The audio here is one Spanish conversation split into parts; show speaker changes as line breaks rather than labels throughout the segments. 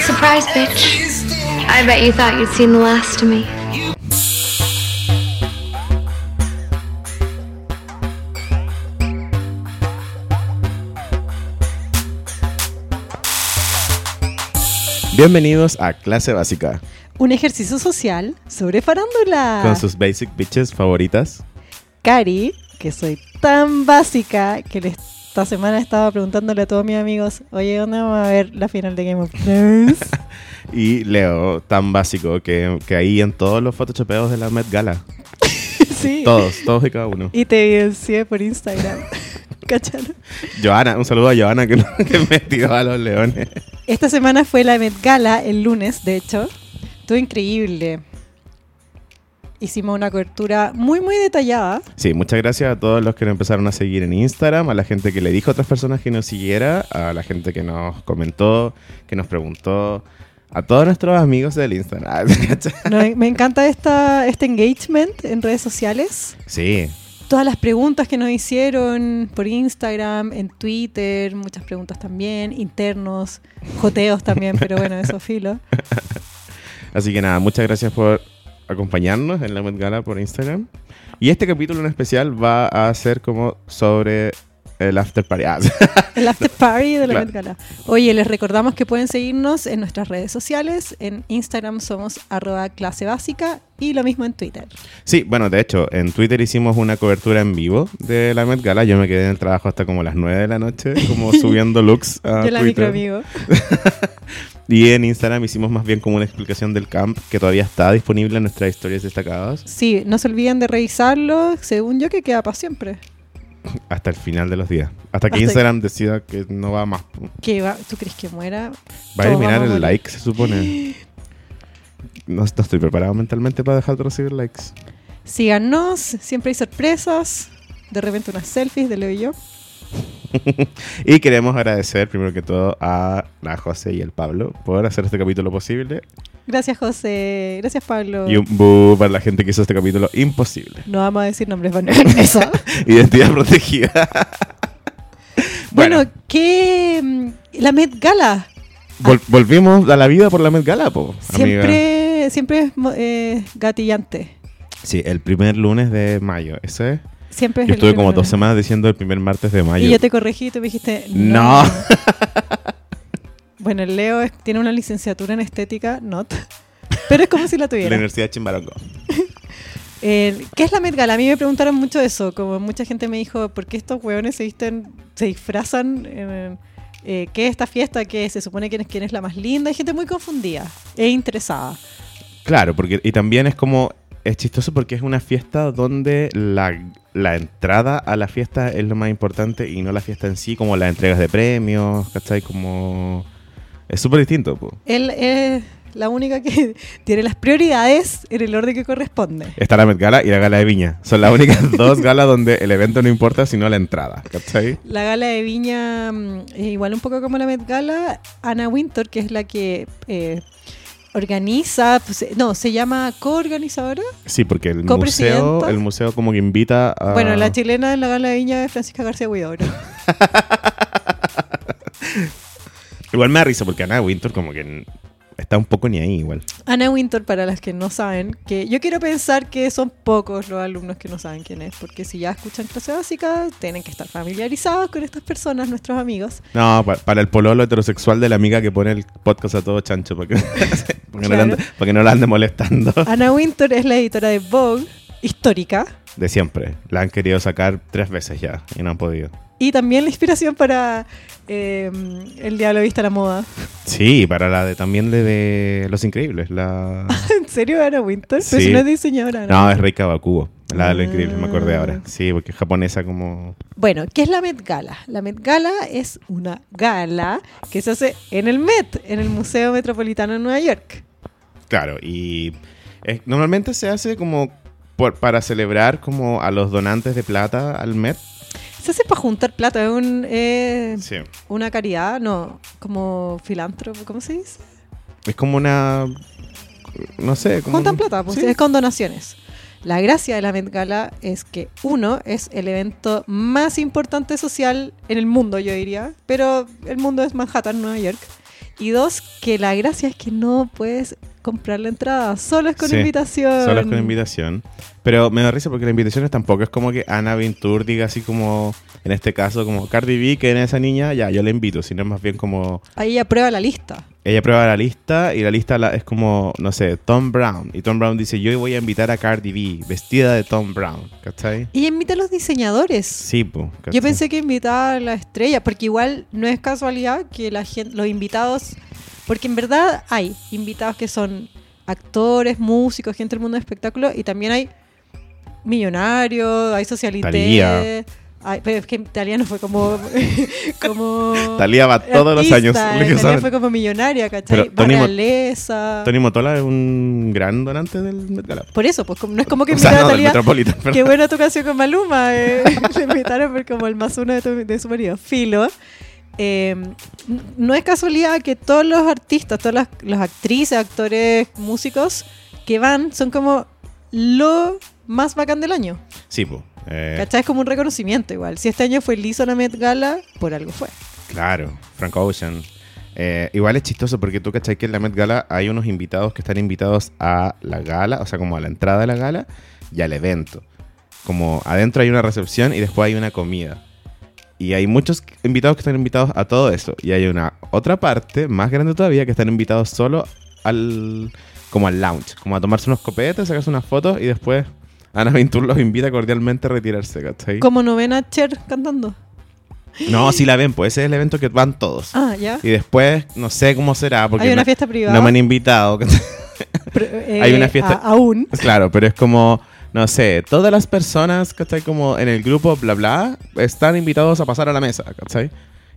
surprise, bitch. I bet you thought you'd seen the last of me.
Bienvenidos a Clase Básica,
Un ejercicio social sobre farándula.
con sus basic bitches favoritas.
Cari, que soy tan básica que le- esta semana estaba preguntándole a todos mis amigos, oye, ¿dónde vamos a ver la final de Game of Thrones?
Y Leo, tan básico que, que ahí en todos los photoshopeos de la Met Gala.
sí.
Todos, todos y cada uno.
Y te evidencié por Instagram. ¿Cacharon?
Joana, un saludo a Joana que, no- que me tiró a los leones.
Esta semana fue la Met Gala, el lunes, de hecho. Estuvo increíble. Hicimos una cobertura muy, muy detallada.
Sí, muchas gracias a todos los que nos empezaron a seguir en Instagram, a la gente que le dijo a otras personas que nos siguiera, a la gente que nos comentó, que nos preguntó, a todos nuestros amigos del Instagram.
No, me encanta esta, este engagement en redes sociales.
sí,
todas las preguntas que nos hicieron por Instagram, en Twitter, muchas preguntas también, internos, joteos también, pero bueno, eso filo.
Así que nada, muchas gracias por acompañarnos en la Met Gala por Instagram. Y este capítulo en especial va a ser como sobre el after party. Ah,
El after party de la
Claro.
Met Gala. Oye, les recordamos que pueden seguirnos en nuestras redes sociales. En Instagram somos arroba clase básica y lo mismo en Twitter.
sí, bueno, de hecho, en Twitter hicimos una cobertura en vivo de la Met Gala. Yo me quedé en el trabajo hasta como las 9 de la noche, como subiendo looks a
Yo la micro
Ah, Twitter.
amigo.
Y en Instagram hicimos más bien como una explicación del camp que todavía está disponible en nuestras historias destacadas
Sí, no se olviden de revisarlo, según yo que queda para siempre.
hasta el final de los días. Hasta que
Hasta-
Instagram decida que no va más.
Que va- ¿Tú crees que
Va
muera?
a
Todos
eliminar
vamos a
el
morir.
like, se supone. No, no estoy preparado mentalmente para dejar de recibir likes.
Síganos, siempre hay sorpresas. De repente unas selfies de Leo y yo.
Y queremos agradecer primero que todo a la José y el Pablo por hacer este capítulo posible.
Gracias, José. Gracias, Pablo.
Y un boo para la gente que hizo este capítulo imposible.
No vamos a decir nombres, van a ver eso.
Identidad protegida.
bueno, ¿qué? mm, La Met Gala.
vol- volvimos a la vida por la Met Gala, po, amiga.
Siempre, siempre es mo- eh, gatillante.
Sí, el primer lunes de mayo. Ese.
Siempre es
Yo
el
estuve
primero.
como dos semanas diciendo el primer martes de mayo.
Y yo te corregí y tú me dijiste, no.
No.
bueno, el Leo es- tiene una licenciatura en estética, not. Pero es como si la
la
tuviera.
Universidad de Chimbarongo.
Eh, ¿Qué es la Met Gala? A mí me preguntaron mucho eso. Como mucha gente me dijo, ¿por qué estos hueones se visten, se disfrazan? Eh, eh, ¿Qué es esta fiesta? ¿Qué es? se supone quién es, quién es la más linda? Hay gente muy confundida e interesada.
Claro, porque y también es como es chistoso porque es una fiesta donde la, la entrada a la fiesta es lo más importante y no la fiesta en sí, como las entregas de premios, ¿cachai? Como es súper distinto, po.
Él es la única que tiene las prioridades en el orden que corresponde.
Está la Met Gala y la Gala de Viña. Son las únicas dos galas donde el evento no importa sino la entrada, ¿cachai?
La gala de Viña, mm, es igual un poco como la Met Gala, Ana Winter, que es la que eh, organiza, pues, eh, no, se llama coorganizadora.
Sí, porque el
¿Copresidenta?
museo, el museo como que invita a
Bueno, la chilena en la gala de Viña es Francisca García Huidobro.
Igual me da risa porque Ana Winter como que n- está un poco ni ahí igual.
Ana Winter, para las que no saben, que yo quiero pensar que son pocos los alumnos que no saben quién es, porque si ya escuchan clase básica, tienen que estar familiarizados con estas personas, nuestros amigos.
No, pa- para el pololo heterosexual de la amiga que pone el podcast a todo chancho, para que, para que no,
Claro.
la ande, para que no la ande molestando.
Ana Winter es la editora de Vogue, histórica,
De siempre. La han querido sacar tres veces ya y no han podido.
y también la inspiración para eh, El Diablo Vista a la Moda.
Sí, para la de también de, de Los Increíbles. La...
¿En señora Ana Winter? Pero
Sí.
Pues si no es diseñadora. Ana
No, es Reika Bakugo. La de Los Increíbles, me acordé
Ah.
ahora. Sí, porque es japonesa como...
Bueno, ¿qué es la Met Gala? La Met Gala es una gala que se hace en el Met, en el Museo Metropolitano de Nueva York.
Claro, y es- normalmente se hace como por- para celebrar como a los donantes de plata al Met.
Se hace para juntar plata, es un, eh,
Sí.
una caridad, no, como filántropo, ¿cómo se dice?
Es como una... No sé. Como
Juntan
un-
plata, pues
Sí.
es con donaciones. La gracia de la Met Gala es que uno es el evento más importante social en el mundo, yo diría, pero el mundo es Manhattan, Nueva York. Y dos, que la gracia es que no puedes comprar la entrada, solo es con
Sí,
invitación.
Solo es con invitación. Pero me da risa porque las invitaciones tampoco es como que Ana Vintour diga así como, en este caso, como Cardi B, que era esa niña, ya, yo la invito, sino es más bien como,
Ahí aprueba la lista.
ella prueba la lista y la lista la- es como, no sé, Tom Brown. Y Tom Brown dice, yo voy a invitar a Cardi B, vestida de Tom Brown, ¿cachai?
Y invita a los diseñadores.
Sí, pues.
Yo pensé que invitaba a la estrella, porque igual no es casualidad que la gente, los invitados, porque en verdad hay invitados que son actores, músicos, gente del mundo del espectáculo, y también hay millonarios,
Thalía.
hay socialites. Hay, pero es que Talía no fue como. como
Talía va todos los años.
artista,
lo que
Thalía
saben.
fue como millonaria, ¿cachai?
Pero Tony Mo-
Realeza.
Tony Motola es un gran donante del Met Gala.
Por eso, pues como- no es como que
O sea, no,
invitaba a
del
Talía.
Metropolitan, perdón.
Qué buena tu canción con Maluma. Eh. Te invitaron por- como el más uno de, tu- de su marido. Filo. Eh, n- no es casualidad que todos los artistas, todas las, las actrices, actores, músicos que van son como lo más bacán del año.
Sí, pues. eh,
¿Cachai? Es como un reconocimiento igual. Si este año fue liso la Met Gala, por algo fue.
Claro, Frank Ocean. Eh, igual es chistoso porque tú cachai que en la Met Gala hay unos invitados que están invitados a la gala, o sea, como a la entrada de la gala y al evento. Como adentro hay una recepción y después hay una comida. Y hay muchos invitados que están invitados a todo eso. Y hay una otra parte, más grande todavía, que están invitados solo al como al lounge, como a tomarse unos copetes, sacarse unas fotos y después Ana Vintur los invita cordialmente a retirarse, ¿cachai?
Como novena Cher cantando.
No, sí la ven, pues ese es el evento que van todos.
Ah, ya.
Y después, no sé cómo será, porque
Hay una
no-
fiesta privada.
no me han invitado.
Pero, eh,
hay una fiesta-
a- aún.
claro, pero es como, no sé, todas las personas que están como en el grupo, bla, bla, están invitados a pasar a la mesa, ¿cachai?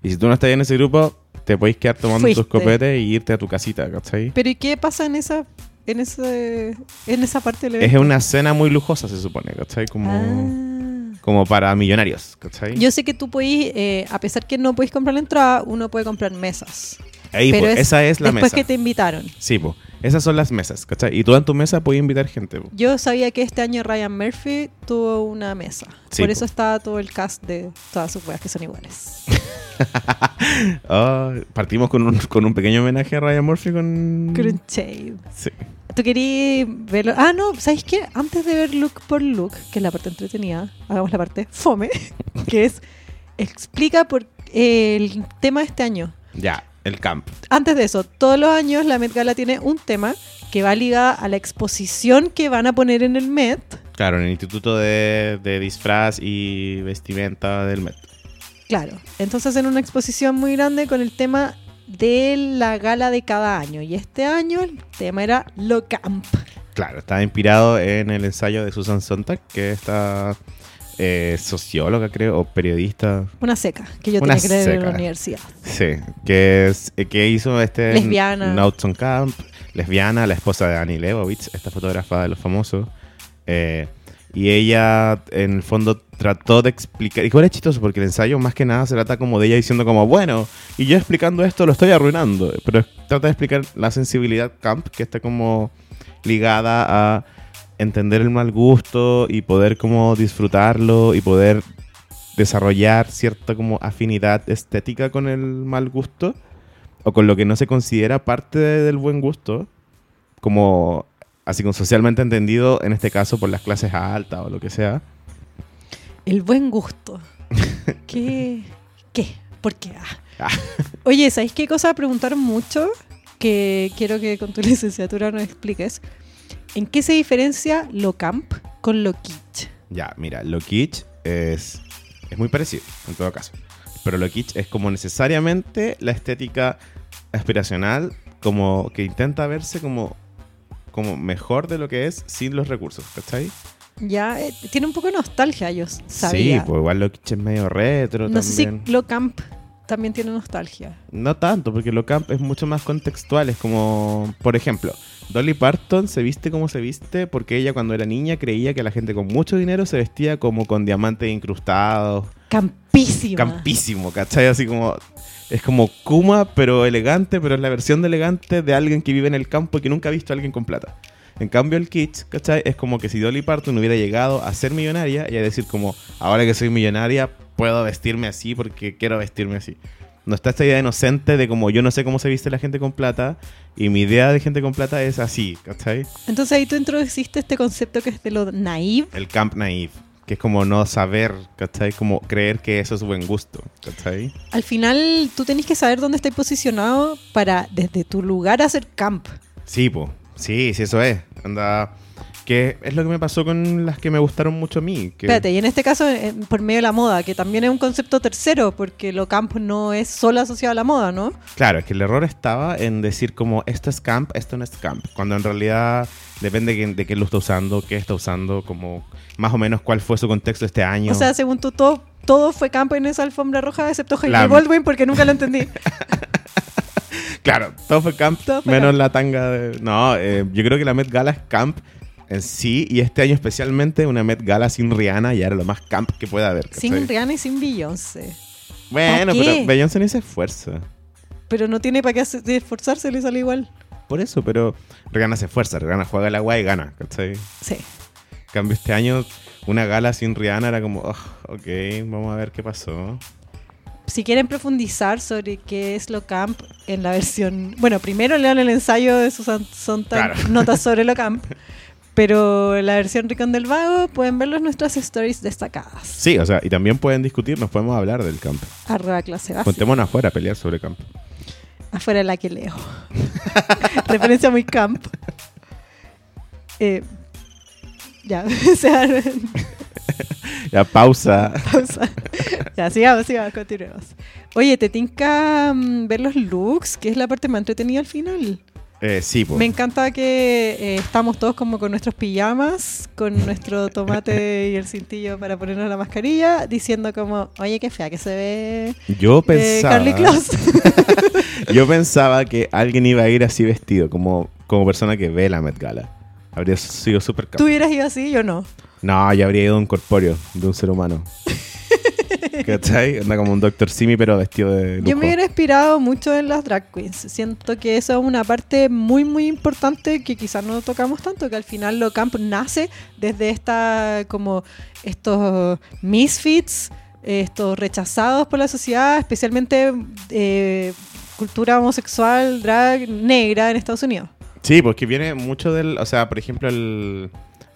Y si tú no estás en ese grupo, te podéis quedar tomando tus
Fuiste.
copetes y irte a tu casita, ¿cachai?
Pero ¿y qué pasa en esa, en ese, en esa parte del
Es
evento?
una cena muy lujosa, se supone, ¿cachai? Como,
Ah.
como para millonarios, ¿cachai?
Yo sé que tú podís, eh, a pesar que no podís comprar la entrada, uno puede comprar mesas.
Ahí, po,
es
pues, esa es la
después
mesa.
que te invitaron.
Sí, pues. Esas son las mesas, ¿cachai? Y tú en tu mesa puedes invitar gente, pues. po.
Yo sabía que este año Ryan Murphy tuvo una mesa.
Sí, pues.
Por
po.
eso está todo el cast de todas sus weas que son iguales.
Mm. Ah, partimos con un, con un pequeño homenaje a Ryan Murphy con...
Crunchade.
Sí.
¿Tú querías verlo? Ah, no, ¿sabes qué? Antes de ver look por look, que es la parte entretenida, hagamos la parte fome, que es explica por eh, el tema de este año.
Ya, el camp.
antes de eso, todos los años la Met Gala tiene un tema que va ligada a la exposición que van a poner en el Met.
Claro, en el Instituto de, de Disfraz y Vestimenta del Met.
Claro. Entonces en una exposición muy grande con el tema de la gala de cada año. Y este año el tema era Lo Camp.
Claro, está inspirado en el ensayo de Susan Sontag, que es esta eh, socióloga, creo, o periodista.
Una seca que yo
Una
tenía que leer en la
seca.
universidad.
Sí, que, es, eh, que hizo este...
Lesbiana.
Naughton Camp, lesbiana, la esposa de Annie Leibovitz, esta fotógrafa de los famosos. Eh, y ella, en el fondo, trató de explicar... Igual es chistoso porque el ensayo más que nada se trata como de ella diciendo como, bueno, y yo explicando esto lo estoy arruinando. Pero trata de explicar la sensibilidad camp que está como ligada a entender el mal gusto y poder como disfrutarlo y poder desarrollar cierta como afinidad estética con el mal gusto o con lo que no se considera parte de- del buen gusto, como así como socialmente entendido en este caso por las clases altas o lo que sea.
El buen gusto. ¿Qué? ¿Qué? ¿Por qué? Ah.
Ah.
Oye, ¿sabéis qué cosa preguntaron mucho? Que quiero que con tu licenciatura nos expliques. ¿En qué se diferencia lo camp con lo kitsch?
Ya, mira, lo kitsch es, es muy parecido en todo caso. Pero lo kitsch es como necesariamente la estética aspiracional, como que intenta verse como, como mejor de lo que es sin los recursos, ¿cachai?
Ya, eh, tiene un poco de nostalgia, yo s- sabía.
Sí, pues igual lo kitsch es medio retro
no sé
también.
si lo camp también tiene nostalgia.
No tanto, porque lo camp es mucho más contextual. Es como, por ejemplo, Dolly Parton se viste como se viste porque ella cuando era niña creía que la gente con mucho dinero se vestía como con diamantes incrustados.
Campísima.
Campísimo, ¿cachai? Así como... Es como Kuma, pero elegante, pero es la versión de elegante de alguien que vive en el campo y que nunca ha visto a alguien con plata. En cambio el kitsch, ¿cachai? Es como que si Dolly Parton hubiera llegado a ser millonaria y a decir como, ahora que soy millonaria, puedo vestirme así porque quiero vestirme así. No está esta idea inocente de como yo no sé cómo se viste la gente con plata y mi idea de gente con plata es así, ¿cachai?
Entonces ahí tú introduciste este concepto que es de lo naive.
El camp naive, que es como no saber, ¿cachai? Como creer que eso es buen gusto, ¿cachai?
Al final tú tenés que saber dónde estás posicionado para desde tu lugar hacer camp.
Sí, po. Sí, sí, eso es. Anda. Que es lo que me pasó con las que me gustaron mucho a mí. Que...
Espérate, y en este caso eh, por medio de la moda, que también es un concepto tercero, porque lo camp no es solo asociado a la moda, ¿no?
Claro, es que el error estaba en decir como esto es camp, esto no es camp. Cuando en realidad depende de, quién- de qué lo está usando, qué está usando, como más o menos cuál fue su contexto este año.
O sea, según tú, todo, todo fue camp en esa alfombra roja, excepto Jaime
La-
Baldwin, porque nunca lo entendí.
Claro, todo fue camp,
Todo fue
menos
camp.
la tanga de... No, eh, yo creo que la Met Gala es camp en sí, y este año especialmente una Met Gala sin Rihanna ya era lo más camp que pueda haber.
sin
¿cachai?
Rihanna y sin Beyoncé.
Bueno,
¿Pa' qué?
pero Beyoncé ni se esfuerza.
Pero no tiene para qué hacer- esforzarse, le sale igual.
Por eso, pero Rihanna se esfuerza, Rihanna juega la guay y gana, ¿cachai? En
Sí.
cambio, este año una gala sin Rihanna era como, "Ugh, ok, vamos a ver qué pasó.
Si quieren profundizar sobre qué es lo camp en la versión... Bueno, primero lean el ensayo de Susan Sontag,
Claro.
notas sobre lo camp. Pero la versión Ricón del Vago pueden verlo en nuestras stories destacadas.
Sí, o sea, y también pueden discutir, nos podemos hablar del camp.
Arroba clase básica.
Contémonos afuera, pelear sobre camp.
Afuera la que leo. Referencia muy camp. Eh, ya, o sea,
Ya, pausa.
pausa. Ya, sigamos, sigamos, continuemos. Oye, ¿te tinca mm, ver los looks? Que es la parte más entretenida al final.
Eh, sí, pues.
Me encanta que eh, estamos todos como con nuestros pijamas, con nuestro tomate y el cintillo para ponernos la mascarilla, diciendo como, oye, qué fea que se ve
Yo
eh,
pensaba...
Carly Claus.
Yo pensaba que alguien iba a ir así vestido, como, como persona que ve la Met Gala. Habría sido súper
¿Tú
camp.
hubieras ido así? Yo no.
No, yo habría ido un corpóreo de un ser humano. ¿Cachai? Anda como un Dr. Simi, pero vestido de lujo.
Yo me hubiera inspirado mucho en las drag queens. Siento que eso es una parte muy, muy importante que quizás no tocamos tanto, que al final lo camp nace desde esta, como estos misfits, eh, estos rechazados por la sociedad, especialmente eh, cultura homosexual, drag negra en Estados Unidos.
Sí, porque viene mucho del... O sea, por ejemplo, el,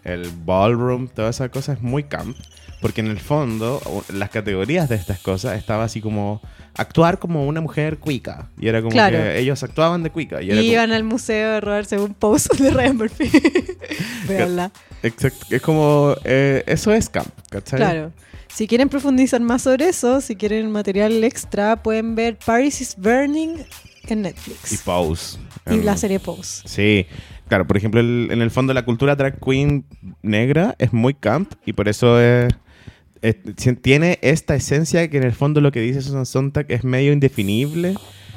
el ballroom, toda esa cosa es muy camp. Porque en el fondo, o- las categorías de estas cosas estaba así como... Actuar como una mujer cuica. Y era como
Claro.
que ellos actuaban de cuica. Y
Y,
era como-
iban al museo a robarse un post de Ryan Murphy. Veanla.
Exacto. Es como... eh, eso es camp, ¿cachai?
Claro. Si quieren profundizar más sobre eso, si quieren material extra, pueden ver Paris is Burning en
Y
Netflix.
Pose.
Y, la
Em,
serie Pose.
Sí, claro, por ejemplo, el- en el fondo la cultura drag queen negra es muy camp y por eso es, es- si- tiene esta esencia que en el fondo lo que dice Susan Sontag es medio indefinible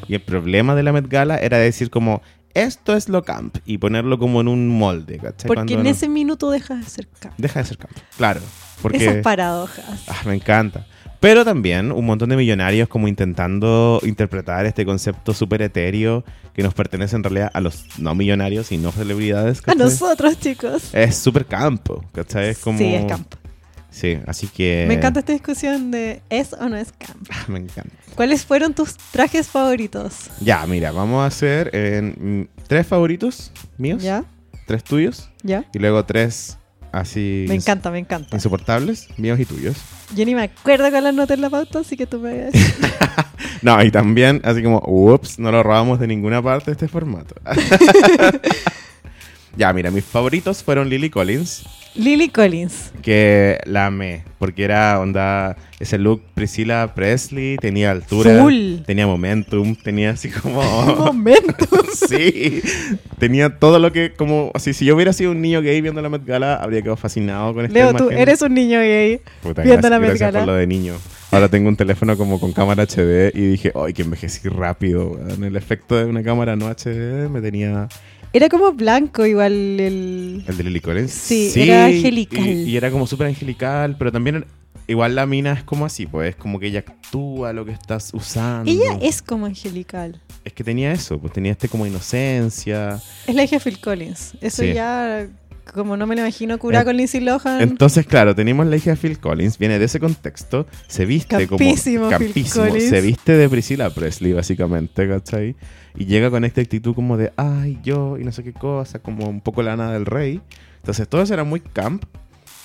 y el problema de la Met Gala era decir como esto es lo camp y ponerlo como en un molde, ¿cachai?
Porque
Cuando
en
no-
ese minuto deja de ser camp.
Deja de ser camp, claro, porque
Esas paradojas.
Ah, me encanta. Pero también un montón de millonarios como intentando interpretar este concepto súper etéreo que nos pertenece en realidad a los no millonarios y no celebridades.
A
¿cachai?
nosotros, chicos.
Es súper campo, ¿cachai? Es como...
Sí, es camp.
Sí, así que...
Me encanta esta discusión de ¿es o no es camp?
Ah, Me encanta.
¿Cuáles fueron tus trajes favoritos?
Ya, mira, vamos a hacer eh, mm, tres favoritos míos,
¿Ya?
tres tuyos
¿Ya?
y luego tres así...
Me encanta, me encanta.
Insoportables, míos y tuyos.
Yo ni me acuerdo con las notas en la pauta, así que tú me vas a decir.
No, y también, así como, ups, no lo robamos de ninguna parte de este formato. ya, mira, mis favoritos fueron Lily Collins,
Lily Collins.
que la amé, porque era onda, ese look Priscilla Presley, tenía altura,
Full.
tenía momentum, tenía así
Un
como...
momento.
sí, tenía todo lo que, como, así, si yo hubiera sido un niño gay viendo la Met Gala, habría quedado fascinado con esta
Leo, tú
imagen.
eres un niño gay.
Puta,
Viendo
gracias-
la Met
gracias
Gala.
por lo de niño. Ahora tengo un teléfono como con cámara HD y dije, ay, que envejecí rápido. weón. El efecto de una cámara no HD me tenía...
Era como blanco igual el...
El de Lily Collins.
Sí, era angelical.
Y, y era como súper angelical, pero también... era- Igual la mina es como así, pues es como que ella actúa lo que estás usando.
Ella es como angelical.
Es que tenía eso, pues tenía este como inocencia.
Es la hija de Phil Collins. Eso
Sí.
ya como no me lo imagino, curada
En-
con Lindsay Lohan.
Entonces, claro, tenemos la hija de Phil Collins, viene de ese contexto, se viste
Campísimo,
como
Phil
campísimo,
Collins.
se viste de Priscilla Presley, básicamente, ¿cachai? Y llega con esta actitud como de, ay, yo, y no sé qué cosa, como un poco la Ana del Rey. Entonces, todo eso era muy camp,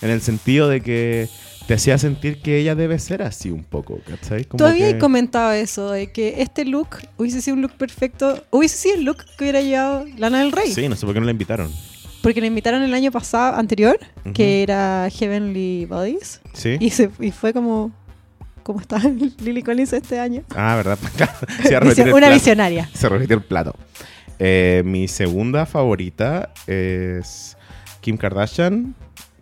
en el sentido de que te hacía sentir que ella debe ser así un poco, ¿cachai? Como
Todavía
que-
comentaba eso, de que este look hubiese sido un look perfecto, hubiese sido el look que hubiera llevado Lana del Rey.
Sí, no sé por qué no la invitaron.
Porque la invitaron el año pasado, anterior,
Ujú.
que era Heavenly Bodies.
¿Sí?
Y, se, y fue como, como está Lily Collins este año.
Ah, ¿verdad? Se iba a repetir
Visio-
el
una
plato.
visionaria.
Se repitió el plato. Eh, mi segunda favorita es Kim Kardashian,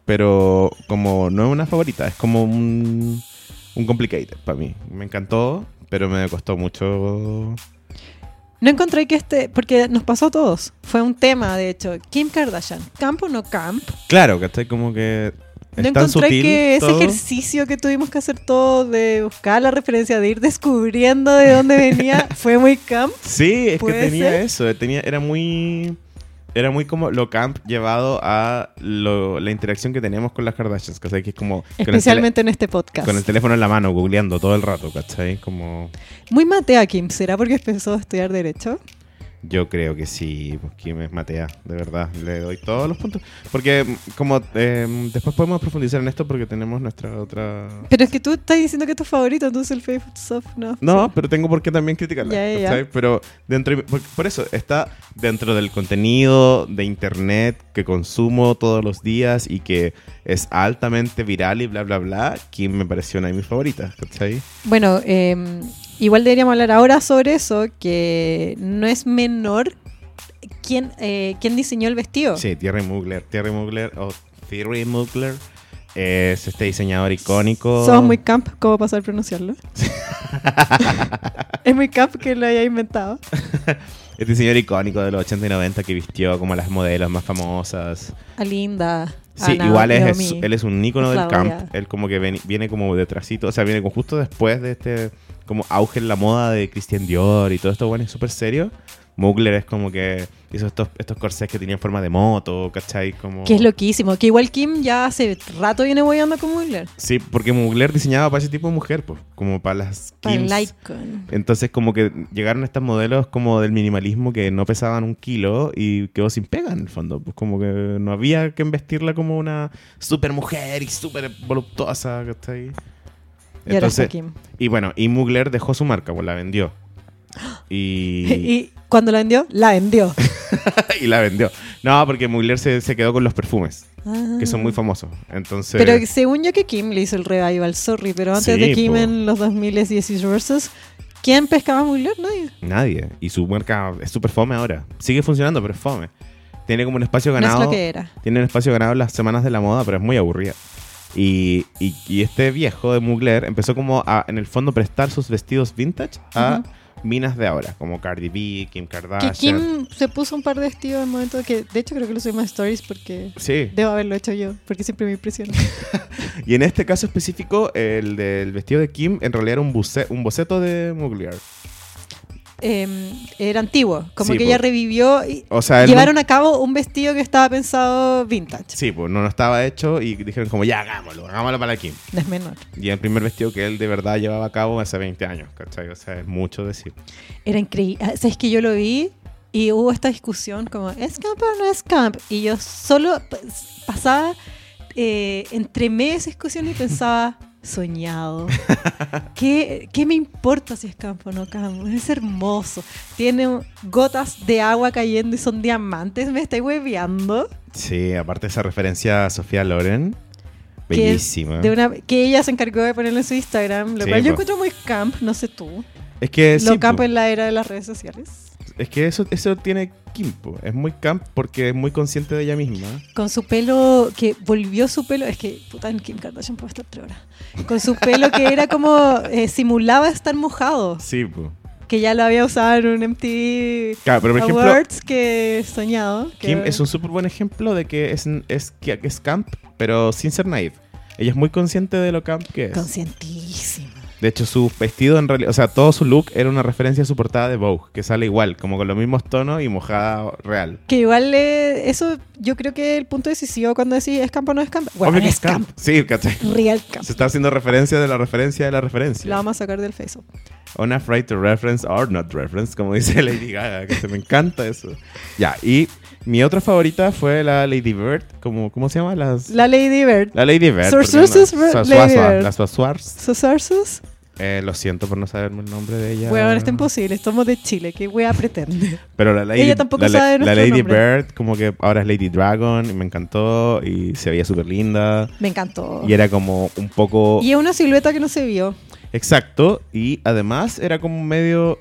pero como no es una favorita, es como un, un complicated para mí. Me encantó, pero me costó mucho.
No encontré que este, porque nos pasó a todos. Fue un tema, de hecho. Kim Kardashian, camp o no camp.
Claro, ¿cachai? Como que es
No
tan
encontré
sutil
que ese
todo.
ejercicio que tuvimos que hacer todos de buscar la referencia, de ir descubriendo de dónde venía, fue muy camp.
Sí, es que
¿Puede
tenía
ser?
eso, eh, tenía, era muy... Era muy como lo camp llevado a lo- la interacción que tenemos con las Kardashians, ¿cachai? Que es como... con el tele-
Especialmente en este podcast.
Con el teléfono en la mano, googleando todo el rato, ¿cachai? Como...
Muy matea Kim, ¿será porque empezó a estudiar Derecho?
Yo creo que sí, pues Kim es Matea, de verdad. Le doy todos los puntos. Porque mm, como eh, después podemos profundizar en esto porque tenemos nuestra otra...
Pero es que tú estás diciendo que es tu favorito, entonces el Facebook Soft no.
No, pero tengo por qué también criticarla.
Ya, ya, ya.
¿cachai? Pero dentro, de- por, por eso, está dentro del contenido de internet que consumo todos los días y que es altamente viral y bla, bla, bla. Kim me pareció una de mis favoritas, ¿cachai?
Bueno, eh, igual deberíamos hablar ahora sobre eso, que no es menor quién, eh, quién diseñó el vestido.
Sí, Thierry Mugler. Thierry Mugler o Thierry Mugler es este diseñador icónico.
Somos muy camp, ¿cómo pasó al pronunciarlo? es muy camp que lo haya inventado.
Este señor icónico de los 80 y 90 que vistió como las modelos más famosas.
Alinda.
Sí,
Ana,
igual es, es-
Naomi.
él es un ícono del
Claudia.
camp. Él como que ven- viene como detrásito, o sea, viene como justo después de este como auge en la moda de Christian Dior y todo esto, bueno, es súper serio. Mugler es como que hizo estos, estos corsés que tenían forma de moto, ¿cachai? Como...
Que es loquísimo, que igual Kim ya hace rato viene hueveando con Mugler.
Sí, porque Mugler diseñaba para ese tipo de mujer, pues, como para las
Para el
Kims.
icon.
Entonces como que llegaron estas modelos como del minimalismo que no pesaban un kilo y quedó sin pega en el fondo. Pues como que no había que vestirla como una super mujer y super voluptuosa que está ahí.
Y ahora está
Entonces,
Kim.
y bueno, y Mugler dejó su marca, pues la vendió.
Y...
Y,
cuando la vendió, la vendió.
y la vendió. No, porque Mugler se, se quedó con los perfumes, que son muy
famosos.
famosos. Entonces...
Ah. Pero según yo que Kim le hizo el revival, sorry, pero antes
Sí,
de Kim
po.
en los 2010 versus, ¿quién pescaba a Mugler? Nadie.
Nadie. Y su marca es súper fome ahora. Sigue funcionando, pero es fome. Tiene como un espacio ganado.
No es lo que era.
Tiene un espacio ganado en las semanas de la moda, pero es muy aburrida. Y, y- y este viejo de Mugler empezó como a, en el fondo, prestar sus vestidos vintage a minas de ahora, como Cardi B, Kim
Que
Kardashian.
Kim se puso un par de vestidos en el momento que, de hecho creo que lo subí más stories porque
Sí.
debo haberlo hecho yo, porque siempre me impresiona.
Y en este caso específico, el del vestido de Kim en realidad era un, buce- un boceto de Mugler.
Eh, era antiguo, como
Sí,
que
po.
ella revivió y
O sea, él no-
llevaron a cabo un vestido que estaba pensado vintage.
Sí, pues no, no estaba hecho y dijeron como, ya, hagámoslo, hagámoslo para Kim.
No es menor.
Y el primer vestido que él de verdad llevaba a cabo hace 20 años, ¿cachai? O sea, es mucho decir.
Era increíble. O sea, es que yo lo vi y hubo esta discusión como, ¿es camp o no es camp? Y yo solo p- pasaba eh, entre medio de esa discusión y pensaba, soñado. ¿Qué, qué me importa si es camp o no camp? Es hermoso. Tiene un- gotas de agua cayendo y son diamantes. Me estoy hueveando.
Sí, aparte esa referencia a Sofía Loren,
Que es
bellísima.
De una, que ella se encargó de ponerlo en su Instagram, lo
Sí,
cual yo
po.
encuentro muy camp, no sé tú.
Es que, sí,
lo camp
po,
en la era de las redes sociales.
es que eso, eso tiene Kim, po. es muy camp porque es muy consciente de ella misma.
Con su pelo, que volvió su pelo, es que puta, en Kim Kardashian puede estar tres horas. Con su pelo que era como, eh, simulaba estar mojado,
Sí, pues.
que ya lo había usado en un MTV
Claro, pero por ejemplo,
Awards que he soñado. que-
Kim es un súper buen ejemplo de que es, es, que es camp, pero sin ser naive. Ella es muy consciente de lo camp que es.
Conscientísima.
De hecho, su vestido en realidad, o sea, todo su look era una referencia a su portada de Vogue, que sale igual, como con los mismos tonos y mojada real.
Que igual eh, eso yo creo que el punto decisivo cuando decís es camp o no es camp. Bueno,
Obvio que
es camp.
Sí, ¿cachai?
Real camp.
Se está haciendo referencia de la referencia de la referencia.
La vamos a sacar del Facebook.
Unafraid to reference or not reference, como dice Lady Gaga, que se me encanta eso. Ya, y mi otra favorita fue la Lady Bird, como, ¿cómo se llama? Las, la,
La Lady Bird.
Lady Bird.
Sorcerer's
¿por qué
Bird- Lady
Suazua,
Bird.
Las Suazuars.
¿Sus arsos?
Eh, lo siento por no saberme el nombre de ella.
Weón, está imposible. Estamos de Chile. ¿Qué wea pretende?
Pero la Lady,
Ella tampoco
la, la-
sabe
la
nuestro
Lady
nombre.
Bird, como que ahora es Lady Dragon, y me encantó y se veía súper linda.
Me encantó.
Y era como un poco...
Y es una silueta que no se vio.
Exacto, y además era como medio...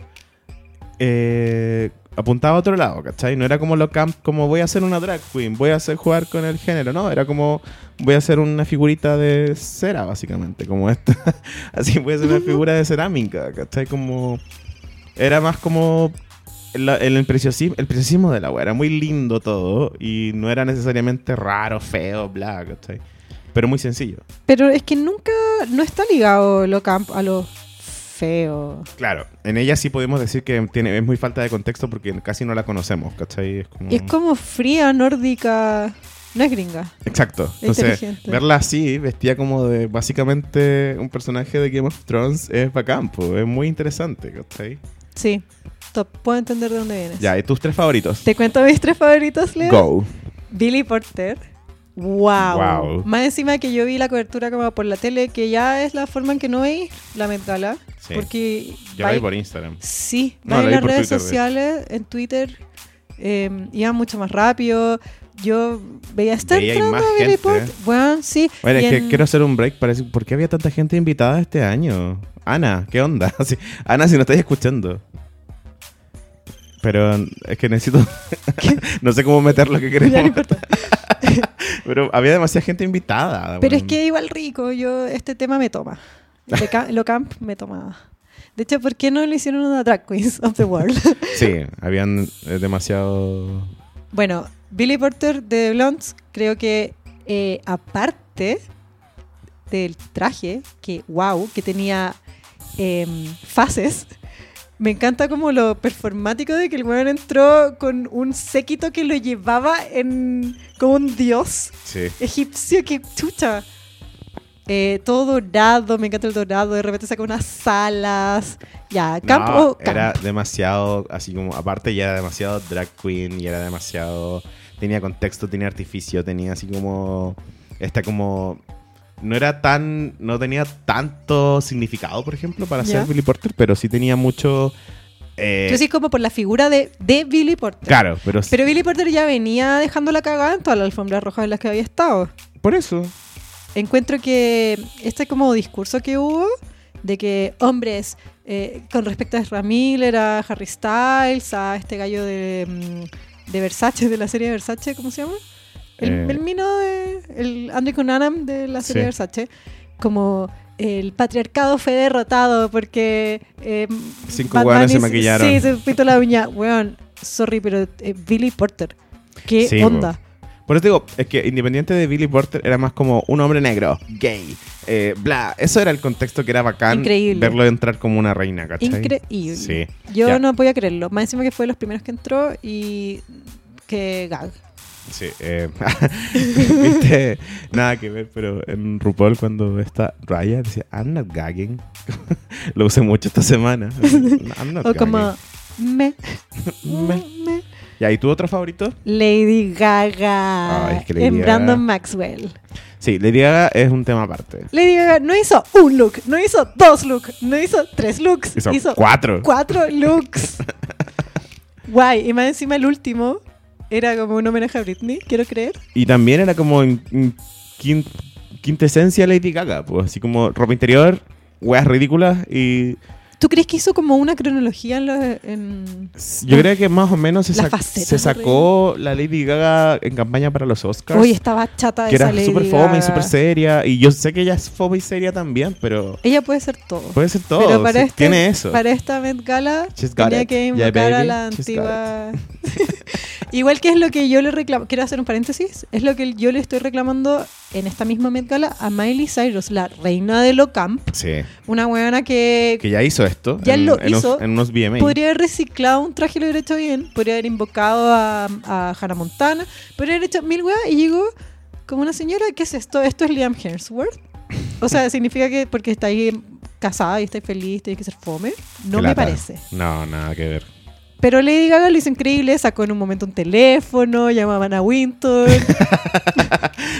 eh, apuntaba a otro lado, ¿cachai? No era como lo camp, como voy a hacer una drag queen, voy a hacer jugar con el género, no, era como voy a hacer una figurita de cera, básicamente, como esta. Así voy a hacer una figura de cerámica, ¿cachai? Como... Era más como la- el, el preciosismo, el preciosismo de la wea. Era muy lindo todo y no era necesariamente raro, feo, bla, ¿cachai? Pero muy sencillo.
Pero es que nunca, no está ligado lo camp a lo feo.
Claro, en ella sí podemos decir que tiene, es muy falta de contexto porque casi no la conocemos, ¿cachai? Es como...
Y es como fría, nórdica, no es gringa.
Exacto. Entonces,
inteligente.
verla así, vestida como de básicamente un personaje de Game of Thrones, es bacán, po, es muy interesante, ¿cachai?
Sí, top. Puedo entender de dónde vienes.
Ya, ¿y tus tres favoritos?
Te cuento mis tres favoritos, Leo.
Go.
Billy Porter. Wow.
Wow.
Más encima que yo vi la cobertura como por la tele, que ya es la forma en que no veis la Met Gala.
Sí.
Porque
Yo la vi
vai-
por Instagram.
Sí,
No, la
va en
vi
las
por
redes
Twitter, de
sociales, en Twitter, eh, iba mucho más rápido. Yo veía estar
Veía ahí
entrando
más
a Billy
gente. eh.
Porter. Bueno, sí.
Bueno,
y
es que
en-
quiero hacer un break para decir, ¿por qué había tanta gente invitada este año? Ana, ¿qué onda? Sí, Ana, si no estáis escuchando. Pero es que necesito... no sé cómo meter lo que
Ya no
queremos.
importa.
Pero había demasiada gente invitada.
Pero
weón.
es que igual rico, yo este tema me toma. De ca- lo camp me tomaba. De hecho, ¿por qué no le hicieron una Drag Queens of the World?
Sí, habían eh, demasiado...
bueno, Billy Porter de Blondes, creo que eh, aparte del traje, que wow, que tenía em, fases, me encanta como lo performático de que el weón entró con un séquito que lo llevaba en como un dios.
Sí.
egipcio que chucha. Eh, todo dorado, me encanta el dorado. De repente saca unas salas. Ya, camp
No,
o camp.
Era demasiado, así como, aparte ya era demasiado drag queen y era demasiado... Tenía contexto, tenía artificio, tenía así como... Esta como... No era tan... No tenía tanto significado, por ejemplo, para
Ya.
ser Billy Porter, pero sí tenía mucho... eh,
Yo sí, como por la figura de, de Billy Porter.
Claro, pero,
Pero Billy Porter ya venía dejando la cagada en todas las alfombras rojas en las que había estado.
por eso.
Encuentro que este como discurso que hubo de que hombres eh, con respecto a Ezra Miller, a Harry Styles, a este gallo de, mm, de Versace, de la serie de Versace, ¿cómo se llama? El,
Eh.
el mino de. El Andrew Cunanan de la serie
Sí.
de Versace. Como el patriarcado fue derrotado porque. eh,
Cinco
Batman
hueones se
is-
maquillaron.
Sí, se pintó la uña. Weón, sorry, pero eh, Billy Porter. ¿Qué
Sí,
onda?
Por eso te digo, es que independiente de Billy Porter, era más como un hombre negro, gay, eh, bla. Eso era el contexto que era bacán.
Increíble.
Verlo entrar como una reina, ¿cachai?
Increíble.
Sí.
Yo
Ya.
no podía creerlo. Más encima que fue de los primeros que entró y que gag.
Sí, eh, viste, nada que ver, pero en RuPaul cuando está Raya decía, I'm not gagging. Lo usé mucho esta semana. I'm not
O como Mm. me,
Me.
me.
¿Y ahí tu otro favorito?
Lady Gaga
Ay, es que Lady
en
Gaga.
Brandon Maxwell.
Sí, Lady Gaga es un tema aparte.
Lady Gaga no hizo un look, no hizo dos looks, no hizo tres looks,
Hizo
hizo,
cuatro.
cuatro looks. Guay, y más encima el último era como un homenaje a Britney, quiero creer.
Y también era como en- en quin- quintesencia Lady Gaga, pues así como ropa interior, weas ridículas y
¿Tú crees que hizo como una cronología en, los- en-
yo creo que más o menos se,
Ah, Las
sac-
facetas
se sacó la Lady Gaga en campaña para los Oscars.
Hoy estaba chata de
que
esa
era
Lady
súper fome
Gaga.
y súper seria. Y yo sé que ella es fome y seria también, pero
Ella puede ser todo.
puede ser todo.
Pero para
sí,
este-
tiene eso.
Para esta Met Gala
She's got
tenía
it.
que
Yeah,
invocar a
baby,
la
she's got
antigua Igual que es lo que yo le reclamo, quiero hacer un paréntesis, es lo que yo le estoy reclamando en esta misma Met Gala a Miley Cyrus, la reina de lo camp,
Sí.
una weona que,
Que ya hizo esto.
Ya
en,
lo
en unos-
hizo.
en unos VMA.
podría haber reciclado un traje y lo hubiera hecho bien, podría haber invocado a, a Hannah Montana, podría haber hecho mil weas y llegó como una señora, ¿qué es esto? Esto es Liam Hemsworth. O sea, significa que porque está ahí casada y está feliz, tiene que ser fome.
Qué
No me
lata.
parece.
No, nada que ver.
Pero Lady Gaga lo hizo increíble, sacó en un momento un teléfono, llamaban a Winton,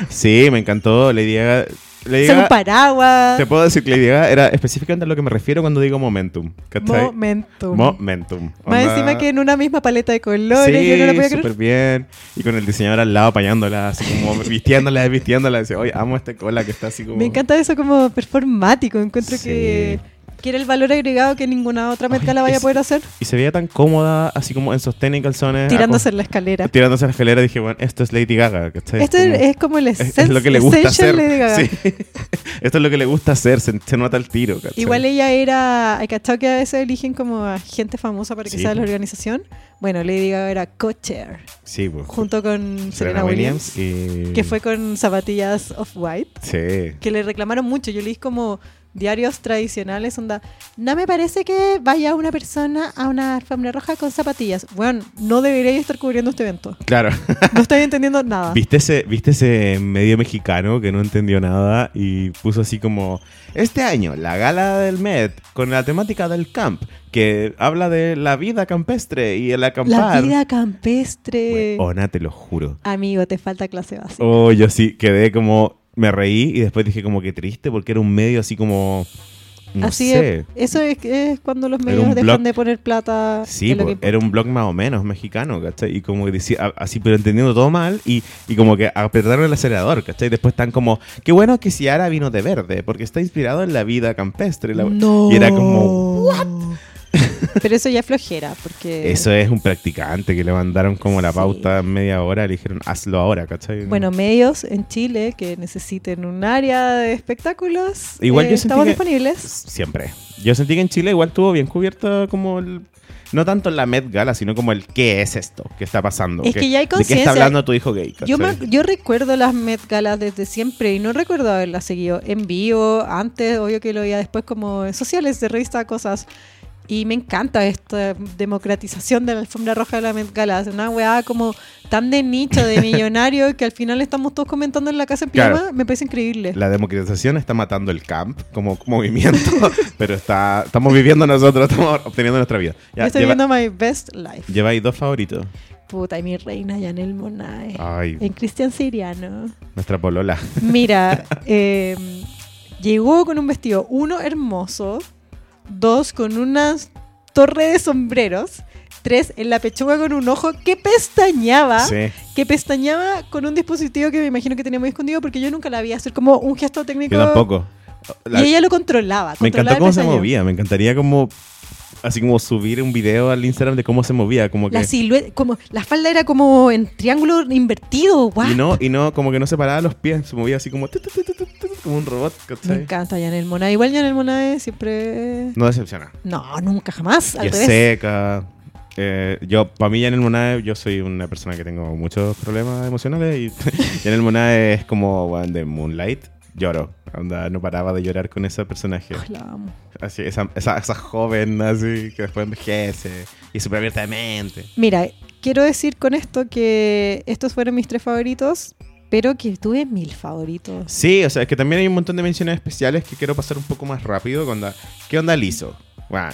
Sí, me encantó. Lady Gaga. Lady
sacó un
Gaga-
paraguas.
Te puedo decir que Lady Gaga era específicamente a lo que me refiero cuando digo momentum. ¿cachai?
Momento.
Momentum.
Más
Onda-
encima que en una misma paleta de colores,
sí,
yo no lo podía creer.
súper bien. Y con el diseñador al lado apañándola, así como vistiéndola, vistiéndola. Dice, oye, amo esta cola que está así como...
Me encanta eso como performático, encuentro
Sí.
que que era el valor agregado que ninguna otra Met
Ay,
Gala vaya a
es-
poder hacer,
Y se veía tan cómoda, así como en sostén y calzones.
tirándose en la
acos-
escalera.
Tirándose a la escalera. Dije, bueno, esto es Lady Gaga, ¿cachai?
Esto
Como-
es como el
es- es
essen-
lo que le gusta hacer.
essential Lady Gaga.
Sí. Esto es lo que le gusta hacer, se, se nota el tiro. ¿cachai?
Igual ella era, hay cachado que a veces eligen como a gente famosa para que
Sí,
sea de la
pues.
organización. Bueno, Lady Gaga era co-chair
Sí, pues.
junto con Serena, Williams,
y-
que fue con zapatillas off-white.
Sí.
que le reclamaron mucho. Yo leí como diarios tradicionales, onda, no me parece que vaya una persona a una alfombra roja con zapatillas. Bueno, no debería estar cubriendo este evento.
Claro.
No estoy entendiendo nada.
¿Viste ese, ¿Viste ese medio mexicano que no entendió nada y puso así como, este año, la gala del Met, con la temática del camp, que habla de la vida campestre y el
La
acampar?
vida campestre.
Ona, te lo juro.
Amigo, te falta clase básica.
Oh, yo sí, quedé como, me reí y después dije como que triste porque era un medio así como, no
Así
sé.
es, eso es, es cuando los medios
un
dejan
blog.
de poner plata.
Sí,
en lo
po,
que-
era un blog más o menos mexicano, ¿cachai? Y como que decía, a- así, pero entendiendo todo mal y, y como que apretaron el acelerador, ¿cachai? Después están como, qué bueno que Ciara vino de verde, porque está inspirado en la vida campestre. la-
No.
Y era como,
Pero eso ya es flojera, porque...
eso es un practicante que le mandaron como la
Sí.
pauta en media hora, le dijeron, hazlo ahora, ¿cachai?
Bueno, medios en Chile que necesiten un área de espectáculos.
Igual
eh,
yo sentí
estamos
que-
disponibles.
Siempre. Yo sentí que en Chile igual estuvo bien cubierto como el... No tanto la Met Gala, sino como el qué es esto que está pasando.
Es
¿Qué-
que ya hay
¿De qué está
conciencia.
hablando tu hijo gay?
Yo, me-
¿cachai?
yo recuerdo las Met Galas desde siempre y no recuerdo haberlas seguido en vivo, antes, obvio que lo veía después como en sociales de revista, cosas. Y me encanta esta democratización de la alfombra roja de la Met Gala. Es una weá como tan de nicho, de millonario, que al final estamos todos comentando en la casa en pijama.
Claro.
Me parece increíble.
La democratización está matando el camp como movimiento, pero está, estamos viviendo nosotros, estamos obteniendo nuestra vida.
Yo
Ya,
estoy
lleva-
viendo My Best Life.
Lleváis dos favoritos.
Puta, y mi reina Janel Monae.
Ay,
En Cristian Siriano.
nuestra polola.
Mira, eh, llegó con un vestido, uno hermoso, dos con una torre de sombreros, tres en la pechuga con un ojo que pestañaba,
Sí.
que pestañaba con un dispositivo que me imagino que tenía muy escondido porque yo nunca la vi hacer como un gesto técnico.
Yo tampoco. La-
Y ella lo controlaba.
me
controlaba
encantó
el
cómo se
pestañeo.
movía. Me encantaría como así como subir un video al Instagram de cómo se movía, como que
La silueta, como la falda era como en triángulo invertido, guau.
y no y no como que no separaba los pies, se movía así como tu, tu, tu, tu, tu, tu, como un robot.
Me
¿cachai?
encanta Janel Monae. Igual Janel Monae siempre.
No decepciona.
No, nunca jamás. Al
y es
revés.
seca. Eh, yo, para mí, Janel Monae, yo soy una persona que tengo muchos problemas emocionales y Janel Monae es como weón, de Moonlight. Lloro. Onda, no paraba de llorar con ese personaje.
Ay, la amo.
Así, esa, esa, esa joven así que después envejece y súper abierta de mente.
Mira, quiero decir con esto que estos fueron mis tres favoritos, pero que tuve mil favoritos.
Sí, o sea, es que también hay un montón de menciones especiales que quiero pasar un poco más rápido. Onda, ¿Qué onda Lizo? Bueno,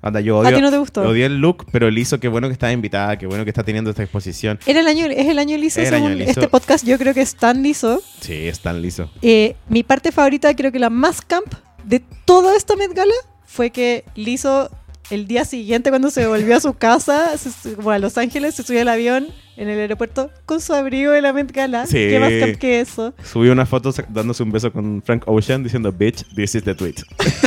onda, yo
¿A ti no
odio,
te gustó?
odio el look, pero Lizo, qué bueno que está invitada, qué bueno que está teniendo esta exposición.
Era el año, es el año liso,
Era el año
según
liso.
este podcast, yo creo que es tan liso.
Sí, es tan liso.
Eh, mi parte favorita, creo que la más camp de toda esta Met Gala, fue que liso el día siguiente cuando se volvió a su casa, se su- como a Los Ángeles, se subió al avión en el aeropuerto con su abrigo de la Met Gala.
Sí.
¿Qué más camp que eso?
Subió una foto sac- dándose un beso con Frank Ocean diciendo, bitch, this is the tweet. Así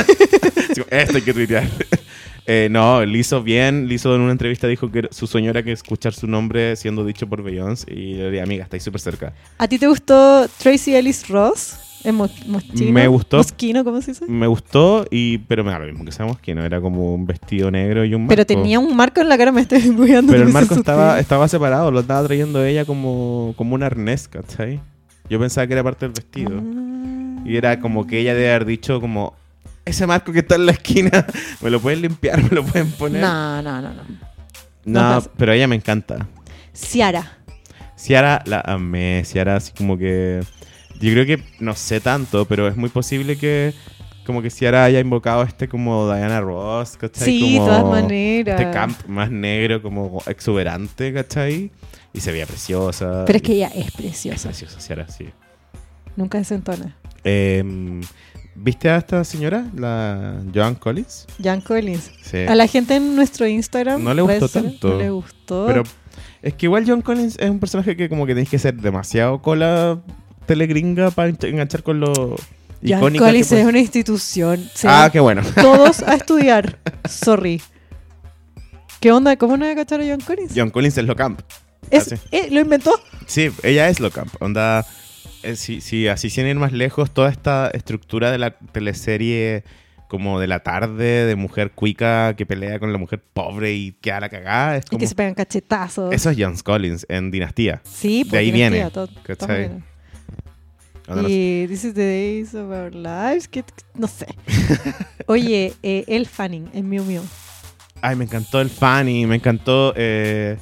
como, Esto hay que tuitear. Eh, no, Lizo bien. Lizo en una entrevista dijo que su sueño era que escuchar su nombre siendo dicho por Beyoncé. Y le dije, amiga, estáis súper cerca.
¿A ti te gustó Tracy Ellis Ross? ¿Es mos- moschino?
Me gustó.
¿Mosquino, cómo se dice?
Me gustó, y pero me da lo mismo que sabemos que no era como un vestido negro y un marco.
Pero tenía un marco en la cara, me estoy bugueando.
Pero el
me
marco
asusté.
estaba, estaba separado, lo estaba trayendo ella como, como un arnés, ¿cachai? Yo pensaba que era parte del vestido.
Ah.
Y era como que ella debe haber dicho como, ese marco que está en la esquina, me lo pueden limpiar, me lo pueden poner.
No, no, no, no.
No,
no pasa.
pero ella me encanta.
Ciara.
Ciara la amé, Ciara así como que... Yo creo que no sé tanto, pero es muy posible que como que Ciara haya invocado este como Diana Ross, ¿cachai?
Sí, de
como
todas maneras.
Este camp más negro, como exuberante, ¿cachai? Y se veía preciosa.
Pero es que ella es
Es
preciosa.
preciosa, Ciara, sí.
Nunca desentona.
Em, ¿Viste a esta señora, la Joan Collins?
Jan Collins.
Sí.
A la gente en nuestro Instagram.
No le gustó
puede ser,
tanto.
No le gustó.
Pero es que igual John Collins es un personaje que como que tenés que ser demasiado cola telegringa para enganchar con lo
Jan
icónica que
Collins
puede-
es una institución. Se
Ah,
van
qué bueno.
todos a estudiar. Sorry. ¿Qué onda? ¿Cómo no voy a cachar a Jan Collins?
John Collins es lo camp.
Es-
Ah,
eh, ¿Lo inventó?
Sí, ella es lo camp. Onda, eh, si, si así sin ir más lejos, toda esta estructura de la teleserie como de la tarde, de mujer cuica que pelea con la mujer pobre y queda la cagada, es
Y
como...
que se pegan cachetazos.
Eso es John Collins en Dinastía.
sí, pues,
de ahí
dinastía,
viene,
todo-
¿cachai?
todo viene.
Onda, no sé.
Y This is the Days of Our Lives. Que, no sé. Oye, eh, El Fanning en Miu Miu.
Ay, me encantó el Fanny, me encantó. Eh,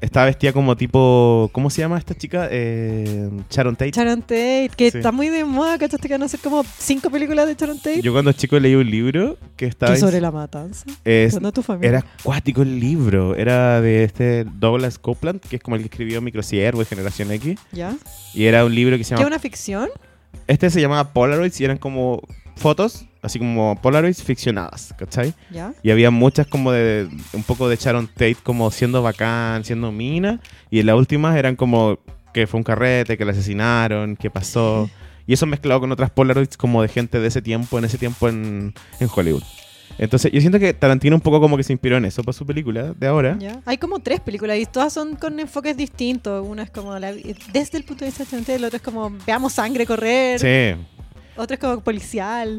estaba vestida como tipo. ¿Cómo se llama esta chica? Eh, Sharon Tate.
Sharon Tate, que
Sí.
está muy de moda, ¿cachaste? Que van a hacer como cinco películas de Sharon Tate.
Yo cuando chico leí un libro que estaba.
que sobre la matanza.
es-
Cuando tu familia.
era acuático el libro. Era de este Douglas Copeland, que es como el que escribió Microsiervo y Generación X.
¿Ya?
Y era un libro que se
¿Qué
llama.
una ficción?
Este se llamaba Polaroids y eran como fotos, así como Polaroids ficcionadas, ¿cachai?
¿Ya?
Y había muchas como de un poco de Sharon Tate como siendo bacán, siendo mina. Y en las últimas eran como que fue un carrete, que la asesinaron, que pasó. Y eso mezclado con otras Polaroids como de gente de ese tiempo, en ese tiempo en, en Hollywood. Entonces yo siento que Tarantino un poco como que se inspiró en eso para su película de ahora.
¿Ya? Hay como tres películas y todas son con enfoques distintos. Una es como la- desde el punto de vista de Sharon Tate, la otra es como veamos sangre correr,
Sí,
otra es como policial.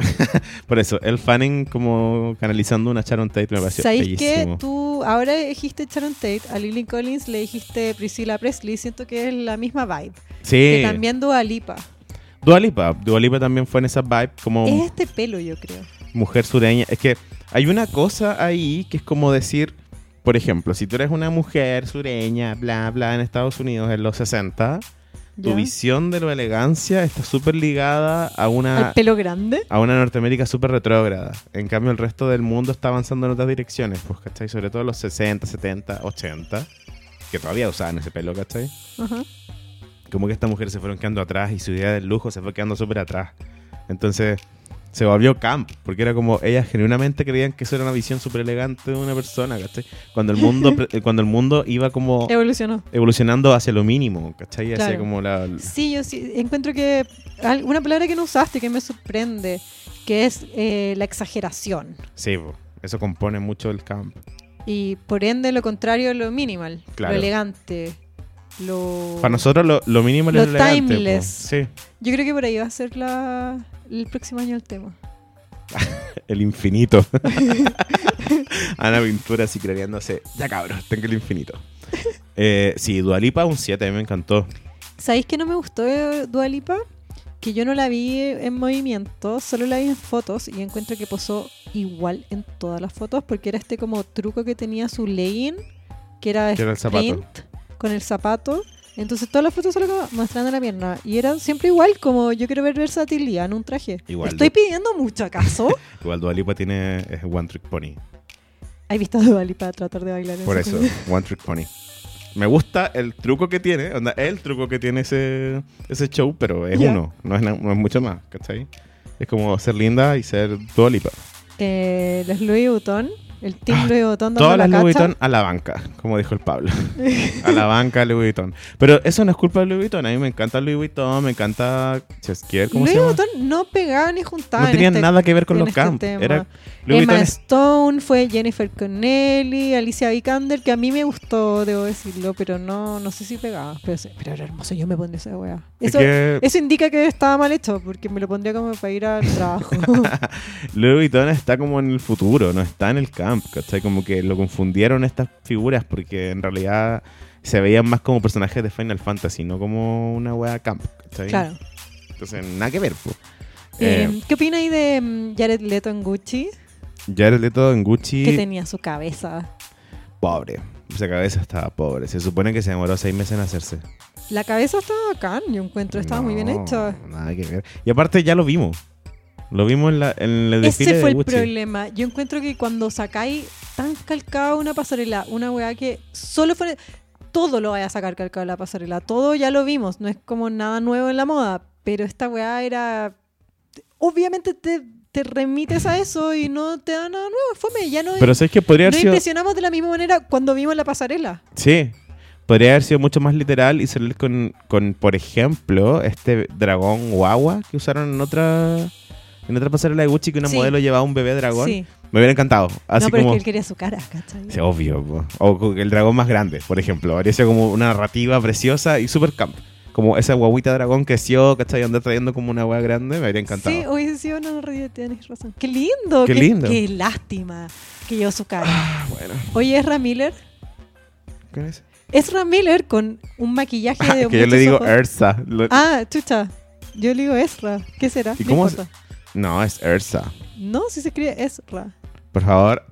por eso. El Fanning como canalizando una Sharon Tate me pareció
¿Sabéis que
bellísimo.
tú ahora dijiste Sharon Tate, a Lily Collins le dijiste Priscilla Presley? Siento que es la misma vibe.
Sí,
Que también Dua Lipa.
Dua Lipa. Dua Lipa también fue en esa vibe como...
Es este pelo, yo creo.
mujer sureña. Es que hay una cosa ahí que es como decir, por ejemplo, si tú eres una mujer sureña, bla, bla, en Estados Unidos en los 60, tu
¿Ya?
visión de la elegancia está súper ligada a
Al
una,
pelo grande.
a una Norteamérica súper retrógrada. En cambio, el resto del mundo está avanzando en otras direcciones, pues, ¿cachai? Sobre todo los 60, 70, 80, que todavía usaban ese pelo, ¿cachai?
Ajá.
como que estas mujeres se fueron quedando atrás y su idea del lujo se fue quedando súper atrás. Entonces se volvió camp, porque era como ellas genuinamente creían que eso era una visión súper elegante de una persona, ¿cachai? Cuando el mundo, pre- cuando el mundo iba como
Evolucionó.
evolucionando hacia lo mínimo, ¿cachai? Hacia
Claro.
como la...
Sí, yo sí encuentro que al- una palabra que no usaste que me sorprende, que es eh, la exageración.
Sí, po. eso compone mucho el camp.
Y por ende lo contrario, lo minimal,
Claro.
lo elegante, lo...
Para nosotros lo, lo mínimo es
Lo
lo elegante. po.
timeless.
Sí,
Yo creo que por ahí va a ser la, el próximo año el tema.
el infinito. Ana Pintura así creándose, ya cabros, tengo el infinito. Eh, sí, Dualipa un 7, a mí me encantó.
¿Sabéis que no me gustó de Dua Lipa? Que yo no la vi eh, en movimiento, solo la vi en fotos y encuentro que posó igual en todas las fotos porque era este como truco que tenía su legging, que era,
Que era el zapato.
sprint con el zapato. Entonces todas las fotos solo como mostrando la pierna y era siempre igual, como yo quiero ver versatilidad en un traje.
Igual,
¿Estoy
¿no?
pidiendo mucho acaso?
Igual Dua Lipa tiene es One Trick Pony.
¿Has visto a Dua Lipa tratar de bailar en
Por
su
eso,
cuerpo?
One Trick Pony. Me gusta el truco que tiene, onda, el truco que tiene ese, ese show, pero es
Ya.
uno, no es, na- no es mucho más, ¿cachai? Es como ser linda y ser Dua Lipa.
Eh, los Louis Vuitton El timbre de botón dando
Ah, Todas
la
las Louis
cacha.
Vuitton a la banca, como dijo el Pablo. a la banca Louis Vuitton. Pero eso no es culpa de Louis Vuitton. A mí me encanta Louis Vuitton, me encanta Chesquier, ¿cómo
Louis
se llama?
Vuitton no pegaba ni juntaba.
no
en
tenían
este-
nada que ver con
en
los
este
camps.
tema.
Era Louis
Emma
Vuitton es-
Stone fue Jennifer Connelly, Alicia Vikander, que a mí me gustó, debo decirlo, pero no, no sé si pegaba. Pero, sí- pero era hermoso, yo me pondría esa weá.
es
Eso,
que
eso indica que estaba mal hecho, porque me lo pondría como para ir al trabajo.
Louis Vuitton está como en el futuro, no está en el camp, ¿cachai? Como que lo confundieron estas figuras porque en realidad se veían más como personajes de Final Fantasy, no como una wea camp, ¿cachai?
claro.
Entonces, nada que ver, po. Eh,
Eh, ¿Qué opina ahí de mm, Jared Leto en Gucci?
Jared Leto en Gucci...
Que tenía su cabeza.
pobre. Esa cabeza estaba pobre. Se supone que se demoró seis meses en hacerse.
La cabeza estaba bacán, yo encuentro, estaba muy bien
No,
hecha.
Nada que ver. Y aparte ya lo vimos. Lo vimos en, la- en el desfile
Ese fue
de
el
Gucci.
problema. Yo encuentro que cuando sacáis tan calcada una pasarela, una weá que solo fue. Todo lo vaya a sacar calcado de la pasarela. Todo ya lo vimos. No es como nada nuevo en la moda. Pero esta weá era. Obviamente te, te remites a eso y no te da nada nuevo. Fome, ya no.
Pero sabes que podría
no
haber sido...
impresionamos de la misma manera cuando vimos la pasarela.
Sí. Podría haber sido mucho más literal y salir con, con, por ejemplo, este dragón guagua que usaron en otra en otra pasarela de Gucci que una
Sí.
modelo llevaba un bebé dragón.
Sí.
Me hubiera encantado. Así
no, pero
como...
es que él quería su cara, ¿cachai?
Sí, obvio. po. O con el dragón más grande, por ejemplo. Habría sido como una narrativa preciosa y super camp. Como esa guaguita dragón creció, ¿cachai? Anda trayendo como una guagua grande, me habría encantado.
Sí, hubiese sido una realidad, tienes razón. Qué lindo,
Qué lindo.
Qué lástima que llevó su cara.
Ah, bueno.
Oye, Ezra Miller.
¿Qué es?
Ezra Miller con un maquillaje de
que yo
muchos
le digo
ojos.
Ersa. Lo-
Ah, chucha. Yo le digo Ezra. ¿Qué será?
¿Y
No
cómo
importa.
No, es Ersa.
No, si se escribe Ezra.
Por favor,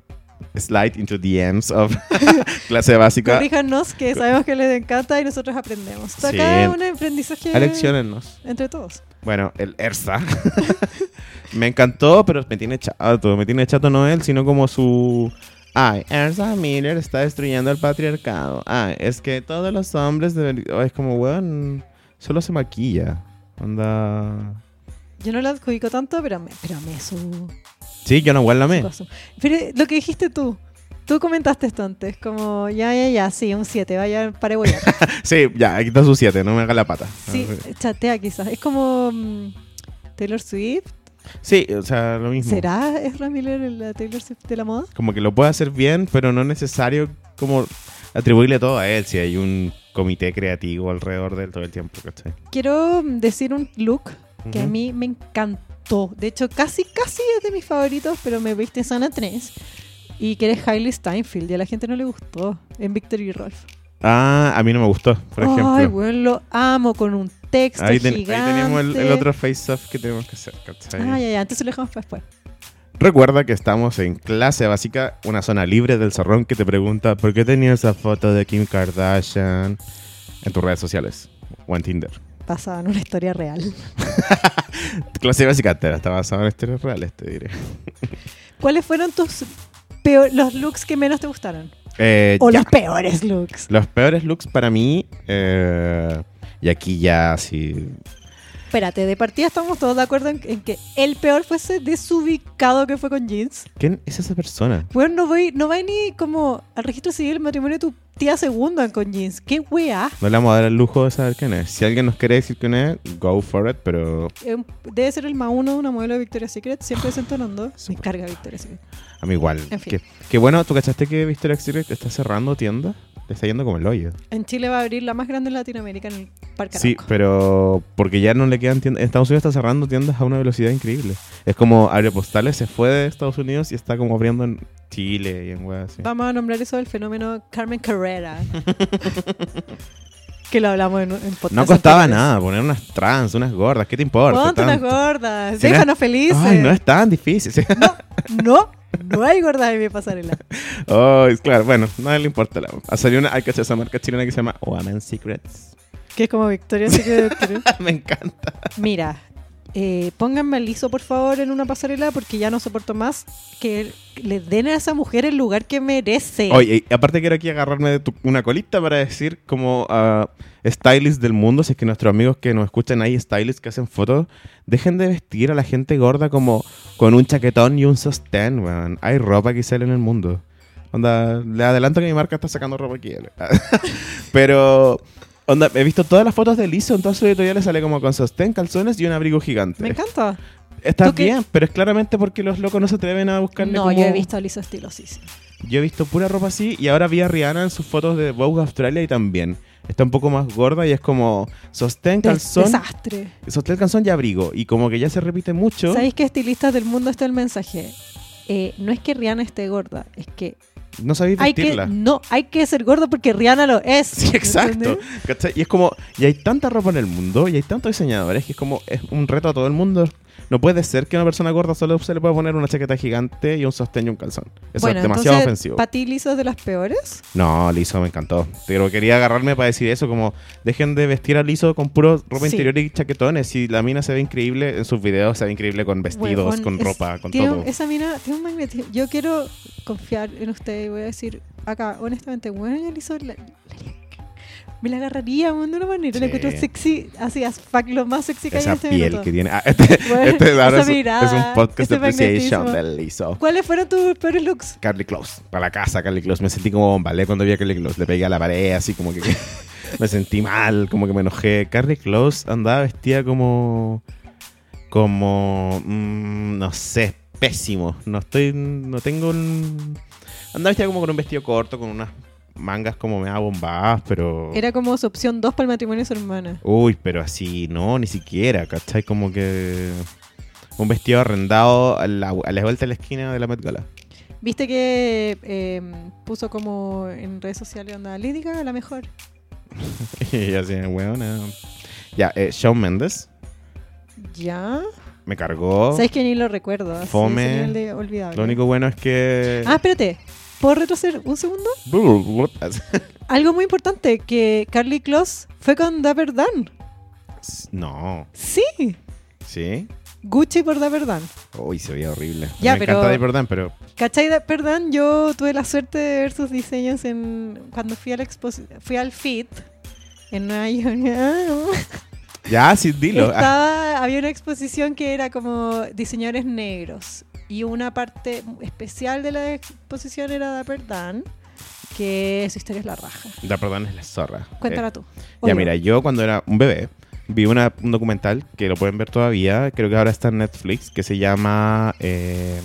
slide into DMs of clase básica.
Corríjanos que sabemos que les encanta y nosotros aprendemos. Está
Sí.
acá un aprendizaje
Aleccionennos.
entre todos.
Bueno, el Ersa. me encantó, pero me tiene chato. Me tiene chato no él, sino como su... Ay, Ersa Miller está destruyendo el patriarcado. Ay, es que todos los hombres deberían... es como, weón, solo se maquilla. Onda...
Yo no lo adjudico tanto, pero me, pero me su,
Sí, yo no igual la
su
me.
coso. Pero eh, lo que dijiste tú, tú comentaste esto antes, como ya, ya, ya, sí, un 7, vaya, para huear.
Sí, ya, aquí está su 7, no me haga la pata.
Sí, chatea quizás. Es como mm, Taylor Swift.
Sí, o sea, lo mismo.
¿Será Ezra Miller el- la Taylor Swift de la moda?
Como que lo puede hacer bien, pero no es necesario como atribuirle todo a él si hay un comité creativo alrededor de él todo el tiempo, ¿cachai?
Quiero mm, decir un look que a
Ujú.
mí me encantó. De hecho, casi, casi es de mis favoritos, pero me viste sana 3. Y que eres Hailey Steinfeld. Y a la gente no le gustó en Victory Rolf.
Ah, a mí no me gustó, por
Ay,
ejemplo.
bueno, lo amo con un texto
Ahí, ten- ahí
gigante.
tenemos el, el otro face-off que tenemos que hacer, ¿cachai?
Ah, ya, ya. Entonces lo dejamos para después.
Recuerda que estamos en clase básica, una zona libre del zorrón que te pregunta por qué tenía esa foto de Kim Kardashian en tus redes sociales o en Tinder.
Basada en una historia real.
Clase básica entera, está basada en historias reales, te diré.
¿Cuáles fueron tus peor, los looks que menos te gustaron?
Eh,
O
ya.
los peores looks.
Los peores looks para mí, eh, y aquí ya sí.
Espérate, de partida estamos todos de acuerdo en, en que el peor fue ese desubicado que fue con jeans.
¿Quién es esa persona?
Bueno, no voy, no va ni como al registro civil del matrimonio de tu tía segunda con jeans. ¡Qué weá!
No le vamos a dar el lujo de saber quién es. Si alguien nos quiere decir quién es, go for it, pero
Eh, Debe ser el más uno de una modelo de Victoria's Secret, siempre desentonando. Me carga Victoria's Secret.
a mí igual.
En fin.
Que, que bueno, ¿tú cachaste que Victoria's Secret está cerrando tienda? Le está yendo como el hoyo.
En Chile va a abrir la más grande en Latinoamérica en el Parque
Sí,
Arauco.
pero porque ya no le quedan tiendas. Estados Unidos está cerrando tiendas a una velocidad increíble. Es como Aeropostales se fue de Estados Unidos y está como abriendo en Chile y en weas así.
Vamos a nombrar eso del fenómeno Carmen Carrera. que lo hablamos en, en podcast.
No costaba
anteriores.
nada poner unas trans, unas gordas. ¿Qué te importa?
Ponte unas
tanto?
gordas,
Si no es-
déjanos felices.
Ay, no es tan difícil.
No, no hay gordas en mi pasarela.
oh, es claro, bueno, no le importa. La... Ha salido una, hay que hacer esa marca chilena que se llama Women's Secrets.
Que es como Victoria Secret. creo.
Me encanta.
Mira, eh, pónganme al liso, por favor, en una pasarela porque ya no soporto más que le den a esa mujer el lugar que merece.
Oye, y aparte quiero aquí agarrarme de tu- una colita para decir como a stylists del mundo, si es que nuestros amigos que nos escuchan ahí, stylists que hacen fotos, dejen de vestir a la gente gorda como con un chaquetón y un sostén, weón. Hay ropa que sale en el mundo. Onda, le adelanto que mi marca está sacando ropa aquí. Pero, onda, he visto todas las fotos de Lizzo, entonces hoy todavía le sale como con sostén, calzones y un abrigo gigante.
Me encanta.
Está
¿Tú qué?
bien, pero es claramente porque los locos no se atreven a buscarle
No,
como-
yo he visto a Lisa estilo, sí, sí.
yo he visto pura ropa así y ahora vi a Rihanna en sus fotos de Vogue Australia y también. Está un poco más gorda y es como sostén,
Des-
calzón,
Desastre.
sostén, calzón y abrigo. Y como que ya se repite mucho.
¿Sabéis que estilistas del mundo está el mensaje? Eh, no es que Rihanna esté gorda, es que
No sabéis
hay que
vestirla.
no hay que ser gordo porque Rihanna lo es.
Sí, exacto.
¿entendés?
¿Cachai? Y es como, y hay tanta ropa en el mundo y hay tantos diseñadores que es como, es un reto a todo el mundo. No puede ser que a una persona gorda solo se le pueda poner una chaqueta gigante y un sostén y un calzón. Eso
Bueno,
es demasiado
entonces,
ofensivo.
¿Para ti Lisa es de las peores?
No, Liso me encantó. Pero quería agarrarme para decir eso, como dejen de vestir a Liso con puro ropa
Sí.
interior y chaquetones. Si la mina se ve increíble en sus videos, se ve increíble con vestidos,
Huevón,
con
es-
ropa, con
tiene
todo.
un- esa mina tiene un magnetismo. Yo quiero confiar en usted y voy a decir acá, honestamente, bueno, yo Lisa la- la- me la agarraría weón, de una manera. La
Sí.
encuentro sexy, así as fuck, lo más sexy que hay en
Esa
este
piel
minuto.
que tiene. Ah, este
Bueno,
este ahora
esa
es, un-
mirada,
es un podcast
ese
de appreciation
magnetismo.
de Liso.
¿Cuáles fueron tus peores looks?
Carly Close, para la casa, Carly Close. Me sentí como bomba, ¿le? cuando vi a Carly Close. Le pegué a la pared, así como que me sentí mal, como que me enojé. Carly Close andaba vestida como. como. mm, no sé, pésimo. No estoy. no tengo un. Andaba vestida como con un vestido corto, con unas mangas como me bombadas, pero.
Era como su opción 2 para el matrimonio de su hermana.
Uy, pero así, no, ni siquiera, ¿cachai? Como que. Un vestido arrendado a la, a la vuelta de la esquina de la Met Gala.
¿Viste que eh, puso como en redes sociales onda Lady Gaga la mejor?
Y yo así, weona. Ya, eh, Shawn Mendes
¿Ya?
me cargó.
¿Sabes que ni lo recuerdo? así, ese
Oh. Fome.
nivel de olvidable.
Lo único bueno es que.
Ah, espérate. ¿Puedo retroceder un segundo? Algo muy importante, que Carly Close fue con Dapper Dan.
no,
Sí,
sí.
Gucci por Dapper Dan.
Uy, se veía horrible.
Ya,
me
pero-
encanta Dave Berdan, pero.
¿Cachai Dapper Dan? Yo tuve la suerte de ver sus diseños en cuando fui, a la exposi- fui al FIT en Nueva York. Ah,
Ya, sí, dilo. Ah,
Estaba- había una exposición que era como diseñadores negros y una parte especial de la exposición era Dapper Dan, que su historia es la raja.
la perdón es la zorra.
Cuéntala tú.
Eh, Ya,
Obvio.
mira, yo cuando era un bebé vi una- un documental que lo pueden ver todavía, creo que ahora está en Netflix, que se llama eh,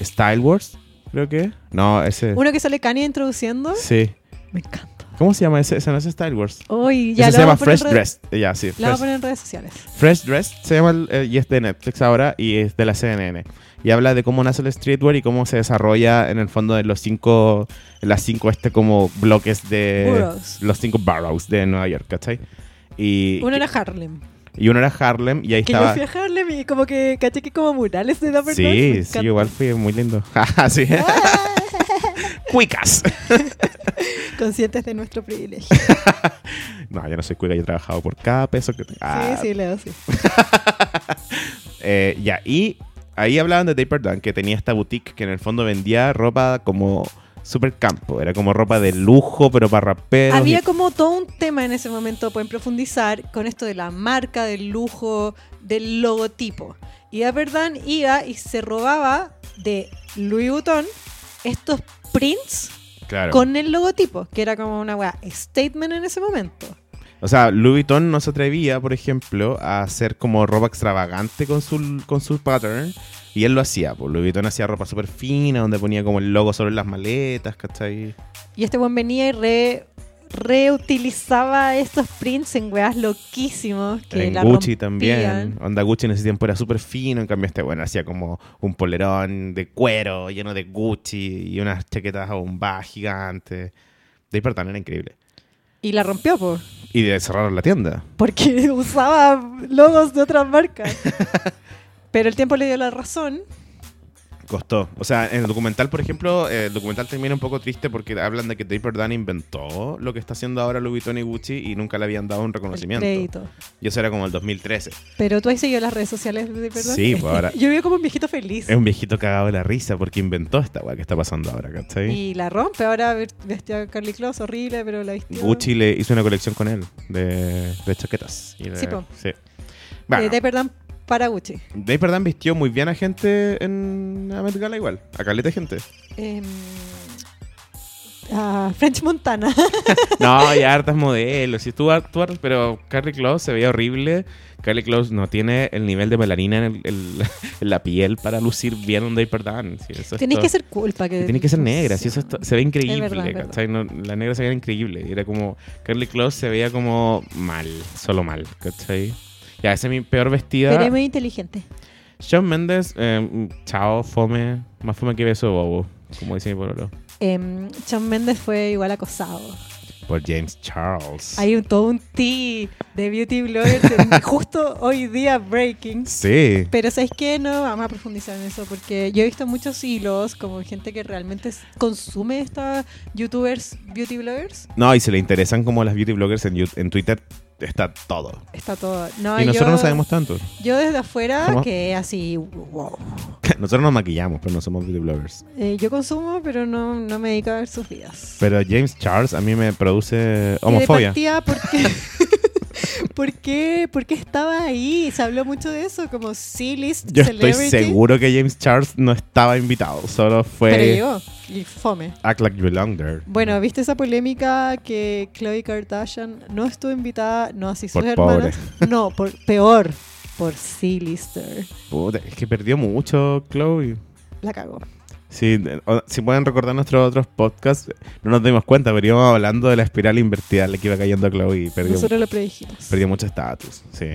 Style Wars, creo que. No, ese.
Uno que sale Kanye introduciendo.
Sí.
Me encanta.
¿Cómo se llama ese? Ese no es Style Wars.
Hoy ya
Ese
lo
se llama
vamos a poner en
Fresh
red-
Dress. Eh, Ya, sí.
Lo vamos a
Fresh,
poner en redes sociales.
Fresh Dress se llama el- eh, y es de Netflix ahora y es de la CNN. Y habla de cómo nace el streetwear y cómo se desarrolla en el fondo de los cinco, las cinco este como bloques de...
Boroughs.
Los cinco boroughs de Nueva York, ¿cachai? Y,
Uno era Harlem.
y uno era Harlem y ahí
Que yo
estaba...
fui a Harlem y como que caché que como murales de Dapper Dan. me
Sí, sí,
encanta. Ah.
igual fui muy lindo. Ah, sí. Cuicas.
Conscientes de nuestro privilegio.
No, yo no soy cuica, yo he trabajado por cada peso que tengo. Ah,
Sí, sí, Leo, sí.
Eh, ya, y ahí hablaban de Taper Dan, que tenía esta boutique que en el fondo vendía ropa como super campo. Era como ropa de lujo, pero para raperos.
Había
y-
como todo un tema en ese momento, pueden profundizar, con esto de la marca, del lujo, del logotipo. Y a verdad iba y se robaba de Louis Vuitton estos prints
Claro.
con el logotipo, que era como una weá statement en ese momento.
O sea, Louis Vuitton no se atrevía, por ejemplo, a hacer como ropa extravagante con su, con su pattern. Y él lo hacía. Pues Louis Vuitton hacía ropa súper fina, donde ponía como el logo sobre las maletas, ¿cachai?
Y este buen venía y re- reutilizaba estos prints en weas loquísimos que
en
la
Gucci
rompían.
también. Onda Gucci en ese tiempo era súper fino. En cambio, este bueno hacía como un polerón de cuero lleno de Gucci y unas chaquetas a bomba gigantes. De Hipertan era increíble.
Y la rompió, po,
Y de cerrar la tienda.
porque usaba logos de otras marcas. Pero el tiempo le dio la razón
Costó. O sea, en el documental, por ejemplo, eh, el documental termina un poco triste porque hablan de que Draper Dan inventó lo que está haciendo ahora Louis Vuitton y Gucci y nunca le habían dado un reconocimiento.
crédito.
Y eso era como el 2013.
Pero tú has seguido las redes sociales de perdón.
Sí, pues ahora-
Yo vivo como un viejito feliz.
Es un viejito cagado de la risa porque inventó esta weá que está pasando ahora, ¿cachai?
Y la rompe. Ahora vestía a Carly Close, horrible, pero la vistió.
Gucci le hizo una colección con él de, de chaquetas. Y le-
Sí, po.
sí. Bueno,
Eh, de perdón para Gucci.
Draper Dan vistió muy bien a gente en la Met Gala igual. A caleta de gente.
Em, a French Montana.
No, hay hartas modelos. Sí, estuvo harto, harto, pero Carly Close se veía horrible. Carly Close no tiene el nivel de melanina en, el- el- en la piel para lucir bien un Draper Dan. Sí, eso es
Tienes
todo.
que ser culpa. Que,
Y Tiene que ser negra, si eso está- se ve increíble,
Es verdad, es verdad.
¿cachai? No, la negra se veía increíble. y Era como, Carly Close se veía como mal, solo mal, ¿cachai? Ya, esa es mi peor vestida.
Pero es muy inteligente.
Shawn Mendes, eh, chao, fome, más fome que beso bobo, como dice mi pololo.
Em, Shawn Mendes fue igual acosado.
Por James Charles.
Hay un- todo un tea de beauty bloggers en- justo hoy día breaking.
Sí.
Pero ¿sabes qué? No vamos a profundizar en eso porque yo he visto muchos hilos como gente que realmente s- consume estas youtubers, beauty bloggers.
No, y si le interesan como las beauty bloggers en, Yout- en Twitter, está todo.
Está todo. No,
y nosotros
yo,
no sabemos tanto.
Yo desde afuera
¿Cómo?
que así, wow.
nosotros nos maquillamos, pero no somos beauty bloggers.
Eh, yo consumo, pero no, no me dedico a ver sus vidas.
Pero James Charles a mí me produce
Y de
homofobia.
partida, ¿por qué? ¿Por qué? ¿Por qué estaba ahí? Se habló mucho de eso, como C-list
Yo estoy
celebrity.
seguro que James Charles no estaba invitado, solo
Pero
fue
llegó. Y fome.
Act Like You Belong There.
Bueno, ¿viste esa polémica que Khloe Kardashian no estuvo invitada? No, así sus
Por
hermanas. No, por, peor, por C-lister.
Puta, es que perdió mucho Chloe.
La cagó.
Sí, de- o- si pueden recordar nuestros otros podcasts, no nos dimos cuenta, pero íbamos hablando de la espiral invertida en la que iba cayendo Chloe y perdió,
Nosotros lo predijimos.
perdió mucho estatus. Sí.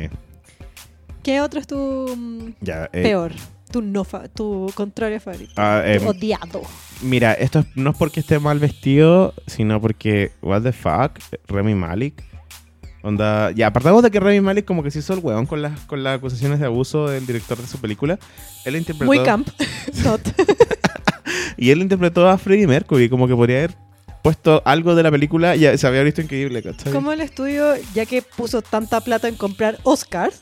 ¿Qué otro es tu mm,
Ya, eh,
peor? Tu, no fa- tu contrario favorito.
ah, eh,
Tu odiado.
mira, esto es- no es porque esté mal vestido, sino porque, what the fuck, Remy Malik. Onda, ya, apartamos de que Remy Malik como que se hizo el huevón con las, con las acusaciones de abuso del director de su película. Él interpretó...
Muy camp. Not.
Y él interpretó a Freddie Mercury, como que podría haber puesto algo de la película y se había visto increíble, ¿cachai?
Como el estudio, ya que puso tanta plata en comprar Oscars,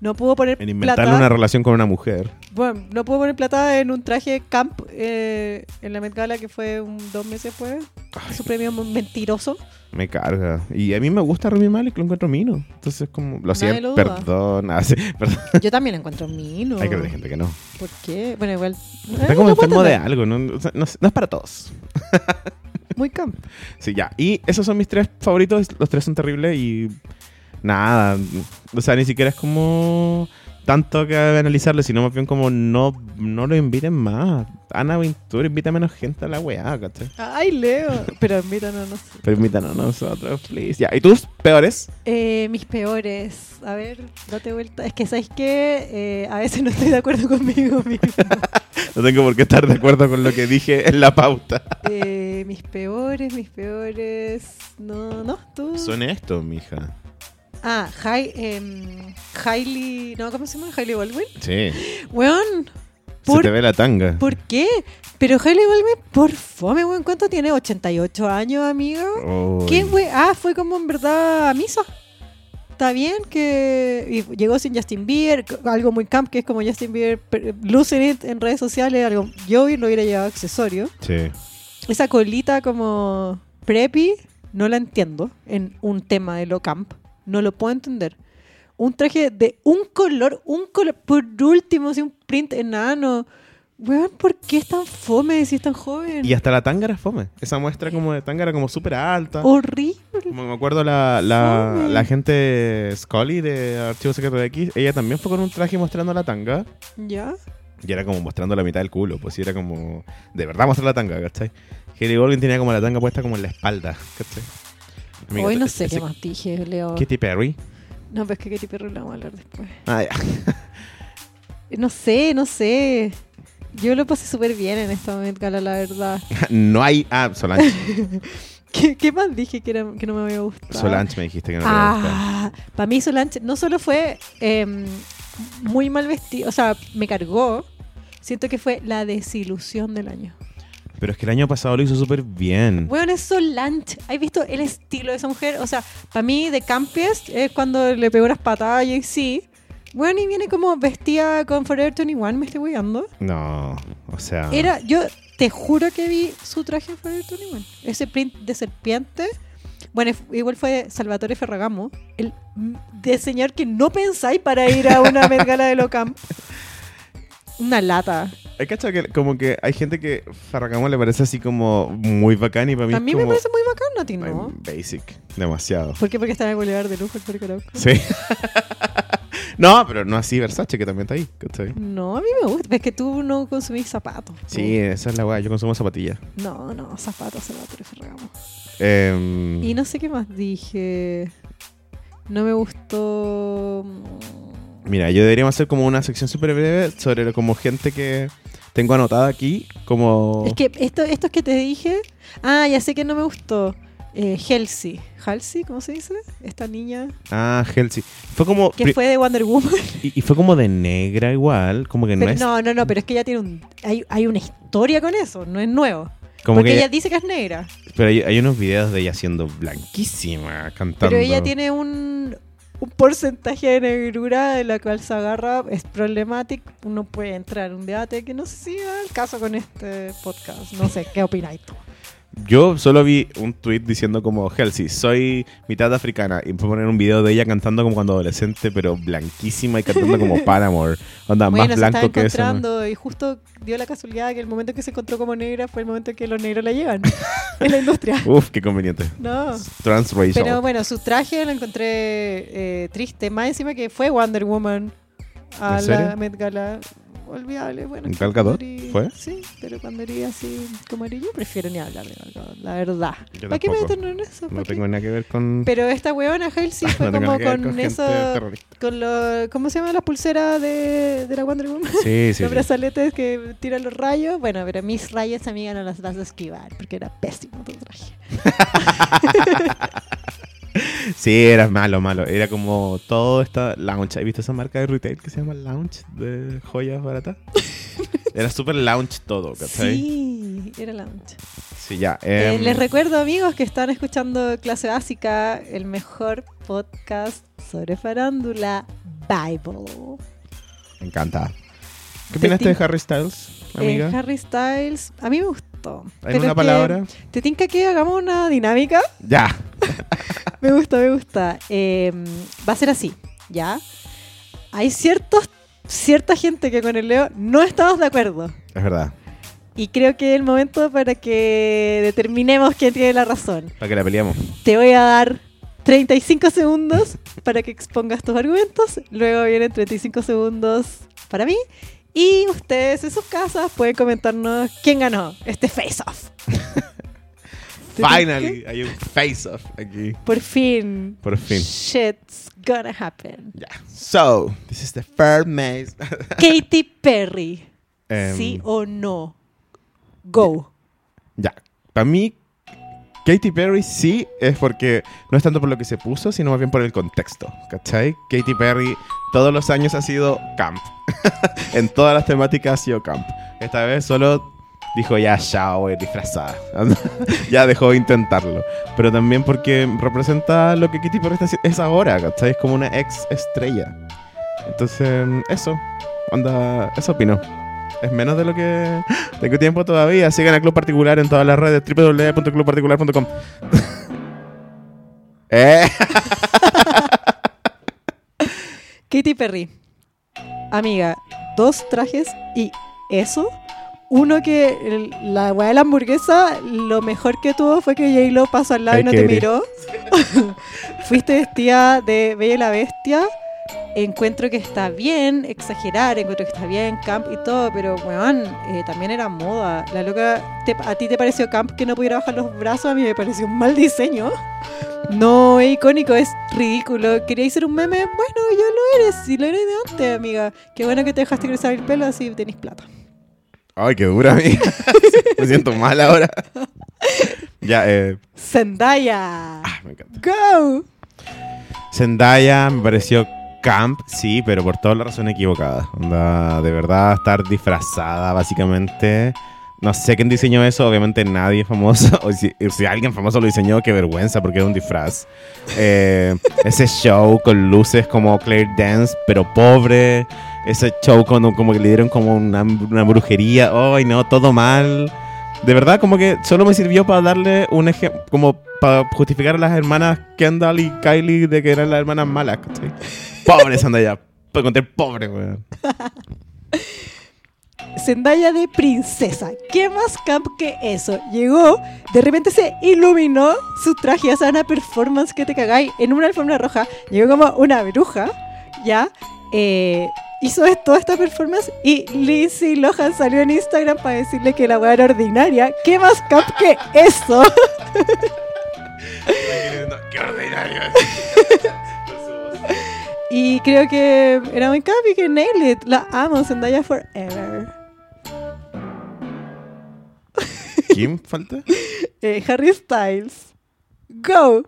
no pudo poner
En
plata.
inventarle una relación con una mujer.
Bueno, no pudo poner plata en un traje camp eh, en la Met Gala que fue un, dos meses después. Su premio mentiroso.
Me carga. Y a mí me gusta Remy Malik, lo encuentro mino. Entonces, como. Lo
Nadie
siento,
lo duda.
perdón. Ah, sí, perdón.
Yo también lo encuentro mino.
Hay que ver gente que no.
¿Por qué? Bueno, igual.
Está
Eh,
como
lo puedo
enfermo de
entender.
algo, ¿no? O sea, no, es- no es para todos.
Muy camp.
Sí, ya. Y esos son mis tres favoritos. Los tres son terribles y. Nada. O sea, ni siquiera es como. Tanto que analizarlo, sino más bien como no, no lo inviten más. Ana Ventura invita menos gente a la weá, ¿cachai?
Ay, Leo. Pero mira, no, no sé.
Permítanos nosotros, please. Ya, ¿y tus peores?
Eh, mis peores. A ver, date vuelta. Es que, ¿sabes qué? Eh, a veces no estoy de acuerdo conmigo mismo.
No tengo por qué estar de acuerdo con lo que dije en la pauta.
Eh, mis peores, mis peores. No, no, tú.
Suene esto, mija.
Ah, Hi, em, Hailey. No, ¿cómo se llama? Hailey Baldwin.
Sí.
Weón,
Se
¿Por
te ve la tanga.
¿por qué? Pero Hailey Baldwin, por fome, weón. ¿Cuánto tiene? ¿88 años, amigo?
Uy.
¿Qué, weón? Ah, fue como en verdad a misa. Está bien que y llegó sin Justin Bieber, c- algo muy camp, que es como Justin Bieber per- losing it en redes sociales, algo yo no hubiera llevado accesorio.
Sí.
Esa colita como preppy, no la entiendo en un tema de lo camp. No lo puedo entender. Un traje de un color, un color, por último, si un print enano. Weón, ¿por qué es tan fome si es tan joven?
Y hasta la tanga era fome. Esa muestra como de tanga era como súper alta.
Horrible.
Como me acuerdo la, la,
Fome.
la gente Scully de Archivo Secreto de X, ella también fue con un traje mostrando la tanga.
¿Ya?
Y era como mostrando la mitad del culo, pues sí, era como... De verdad mostrar la tanga, ¿cachai? Haley Baldwin tenía como la tanga puesta como en la espalda, ¿cachai? Amiga,
Hoy no
te-
sé
ese-
qué más dije, Leo.
Katy Perry.
No, pero es que Katy Perry la vamos a hablar después.
Ah, ya.
No sé, no sé. Yo lo pasé súper bien en esta Met Gala, la verdad.
No hay... Ah, Solange.
¿Qué, qué más dije que, era- que no me había gustado?
Solange me dijiste que no te gusta.
Ah, para mí em, Solange no solo fue eh, muy mal vestida, o sea, me cargó, Siento que fue la desilusión del año.
Pero es que el año pasado lo hizo súper bien.
Weón, es Solange. ¿Has visto el estilo de esa mujer? O sea, para mí, de Campiest es cuando le pegó unas patadas a Jay-Z. Weón, y viene como vestida con Forever 21, me estoy weyando.
No, o sea.
Era, yo te juro que vi su traje en Forever 21. Ese print de serpiente. Bueno, f- igual fue Salvatore Ferragamo, el m- de señor que no pensáis para ir a una Met Gala de Locamp. Una lata.
Hay cachado que como que hay gente que Farragamo le parece así como muy bacán y para mí
A
es
mí me
como,
parece muy bacán, a ti no.
"Ay, basic, demasiado.
¿Por qué? Porque está en el Boulevard de Lujo, el Parque Arauco.
Sí. no, pero no así Versace que también está ahí, ¿cachai?
No, a mí me gusta. Es que tú no consumís zapatos. po.
Sí, esa es la weá, yo consumo zapatillas.
No, no, zapatos, Salvatore Ferragamo.
Em,
Y no sé qué más dije. No me gustó. mm,
Mira, yo deberíamos hacer como una sección súper breve sobre lo- como gente que tengo anotada aquí, como...
Es que esto, estos que te dije. Ah, ya sé que no me gustó. Eh, Halsey. Halsey, ¿cómo se dice? Esta niña
Ah, Helsi. Fue como...
que
pri-
fue de Wonder Woman.
Y, y fue como de negra igual, como que no
Pero-
es...
no, no, no, pero es que ella tiene un. Hay, hay una historia con eso, no es nuevo.
como
porque
que
ella dice que es negra.
Pero hay, hay unos videos de ella siendo blanquísima, cantando.
Pero ella tiene un, un porcentaje de negrura de la cual se agarra, es problemático, uno puede entrar en un debate que no sé si va el caso con este podcast, no sé, ¿qué opináis tú?
Yo solo vi un tweet diciendo como, Helsi, soy mitad africana. Y fue poner un video de ella cantando como cuando adolescente, pero blanquísima y cantando como Paramore. Onda,
Bueno,
más
se estaba
blanco que eso. ¿no?
encontrando y justo dio la casualidad que el momento que se encontró como negra fue el momento que los negros la llevan en la industria.
Uf, qué conveniente.
No.
Transracial.
Pero bueno, su traje lo encontré eh, triste, más encima que fue Wonder Woman a
¿En
la
serio?
Met Gala. Olvidable, bueno.
¿En
que
Gal Gadot
cuando erí-
fue?
Sí, pero cuando iría así como era yo, prefiero ni hablar de Gal Gadot, la verdad.
Yo
¿Para qué me
tampoco.
detener en eso?
no
¿Para qué?
tengo nada que ver con...
Pero esta weona Halsey fue
no tengo nada
como
que ver
con,
gente
eso,
terrorista.
con lo, ¿cómo se llaman las pulseras de, de la Wonder Woman?
Sí, sí.
los
sí.
brazaletes que tiran los rayos. Bueno, pero mis rayas, amiga, no las vas a esquivar porque era pésimo tu traje.
Sí, era malo, malo. Era como todo esta lounge. ¿Has visto esa marca de retail que se llama Lounge de joyas baratas? era súper lounge todo, ¿cachai?
Sí, era la mancha.
Sí, ya.
Eh,
em,
les recuerdo, amigos, que están escuchando Clase Básica, el mejor podcast sobre farándula Bible.
Me encanta. ¿Qué
De
opinaste
ti.
de Harry Styles, amiga?
Eh, Harry Styles, a mí me gustó.
¿En
Pero es
una
que-
palabra?
¿Te tinca que hagamos una dinámica?
Ya.
Me gusta, me gusta. Eh, va a ser así, ¿ya? Hay ciertos, cierta gente que con el Leo no estamos de acuerdo.
Es verdad.
Y creo que es el momento para que determinemos quién tiene la razón.
Para que la peleamos.
Te voy a dar 35 segundos para que expongas tus argumentos. Luego vienen 35 segundos para mí. Y ustedes en sus casas pueden comentarnos quién ganó este face-off.
Finally, hay un face-off aquí.
Por fin.
Por fin.
Shit's gonna happen.
Ya. So, this is the first maze.
Katy Perry.
Em,
¿Sí o no? Go.
Ya. Para mí, Katy Perry sí es porque no es tanto por lo que se puso, sino más bien por el contexto. ¿Cachai? Katy Perry todos los años ha sido camp. en todas las temáticas ha sido camp. Esta vez solo dijo ya, chao, voy disfrazada. ya dejó de intentarlo. Pero también porque representa lo que Katy Perry está haci- es ahora, ¿cachai? Es como una ex estrella. Entonces, eso. Onda, eso opino. Es menos de lo que tengo tiempo todavía. Sigan a Club Particular en todas las redes. www.clubparticular.com Eh,
Katy Perry. Amiga, dos trajes y eso. Uno que el- la weá de la hamburguesa, lo mejor que tuvo fue que J-Lo pasó al lado y
Ay,
no
qué
te
gris.
miró. Fuiste vestida de Bella y la Bestia. Encuentro que está bien exagerar, encuentro que está bien camp y todo, pero weón, eh, también era moda. La loca, te- a ti te pareció camp que no pudiera bajar los brazos, a mí me pareció un mal diseño. No es icónico, es ridículo. Quería hacer un meme, bueno, yo lo eres, si lo eres de antes, amiga. Qué bueno que te dejaste crecer el pelo así tenés plata.
Ay, qué dura, mí. Me siento mal ahora. ya, eh.
Zendaya.
ah, me encanta.
Go.
Zendaya me pareció camp, sí, pero por todas las razones equivocadas. Onda, de verdad, estar disfrazada, básicamente. No sé quién diseñó eso, obviamente nadie famoso. O si, o si alguien famoso lo diseñó, qué vergüenza, porque era un disfraz. Eh, ese show con luces como Claire Dance, pero pobre. Ese show cuando como que le dieron como una, una brujería. Ay, no, todo mal. De verdad, como que solo me sirvió para darle un ejemplo, como para justificar a las hermanas Kendall y Kylie de que eran las hermanas malas. ¿cachai? Pobres Zendaya. Puedo contar pobre, weón.
Zendaya de princesa. ¿Qué más camp que eso? Llegó, de repente se iluminó su traje, o sea, una performance que te cagáis en una alfombra roja. Llegó como una bruja, ya. eh, hizo es- toda esta performance y Lindsay Lohan salió en Instagram para decirle que la weá era ordinaria. ¿Qué más camp que eso?
Qué ordinario.
Y creo que era muy camp y que nailed it. La amo, Zendaya forever.
¿Quién falta?
Eh, Harry Styles. Go.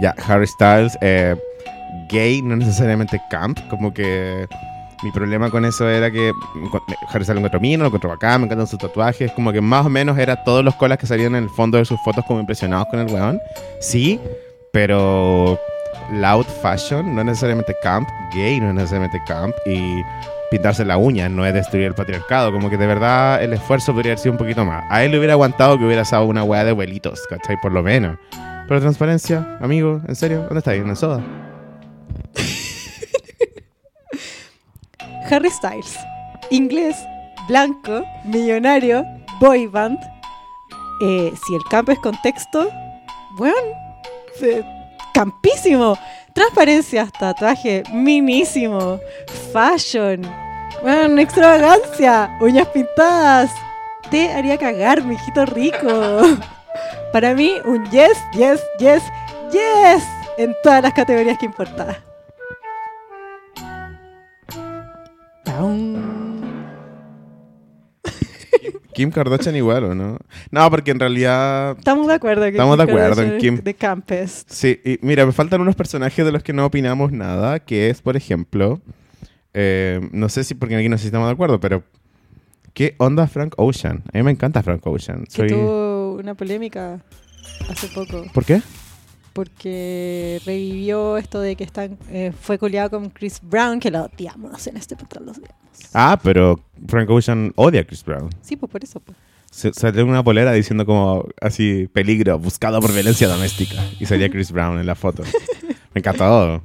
Ya, Harry Styles, eh, gay, no necesariamente camp, como que mi problema con eso era que cu- Harry Styles lo encontró mino, lo encontró acá, me encantan sus tatuajes, como que más o menos era todos los colas que salían en el fondo de sus fotos como impresionados con el weón, sí, pero loud fashion no es necesariamente camp, gay no es necesariamente camp y pintarse la uña no es destruir el patriarcado, como que de verdad el esfuerzo podría haber sido un poquito más. A él le hubiera aguantado que hubiera sido una weá de abuelitos, ¿cachai? Por lo menos. Pero transparencia, amigo, en serio, ¿dónde está ahí? ¿En el soda?
Harry Styles. Inglés, blanco, millonario, boy band. Eh, si el campo es contexto, bueno, se- campísimo. Transparencia, tatuaje, minísimo. Fashion, bueno, extravagancia, uñas pintadas. Te haría cagar, mijito rico. Para mí, un yes, yes, yes, yes en todas las categorías que importaba.
Kim Kardashian igual, ¿o no? No, porque en realidad...
Estamos de acuerdo. que
Estamos de
Kim
acuerdo en
Kardashian es
Kim.
De Campes.
Sí, y mira, me faltan unos personajes de los que no opinamos nada, que es, por ejemplo, eh, no sé si porque aquí no sé si estamos de acuerdo, pero ¿qué onda Frank Ocean? A mí me encanta Frank Ocean.
Que
Soy...
tuvo una polémica hace poco
¿Por qué?
porque revivió esto de que están, eh, fue coleado con Chris Brown, que lo odiamos en este podcast. Los odiamos.
Ah, pero Frank Ocean odia a Chris Brown.
Sí, pues por eso. pues.
Se- Salió una polera diciendo como así, peligro, buscado por violencia doméstica. Y salía Chris Brown en la foto. Me encantó.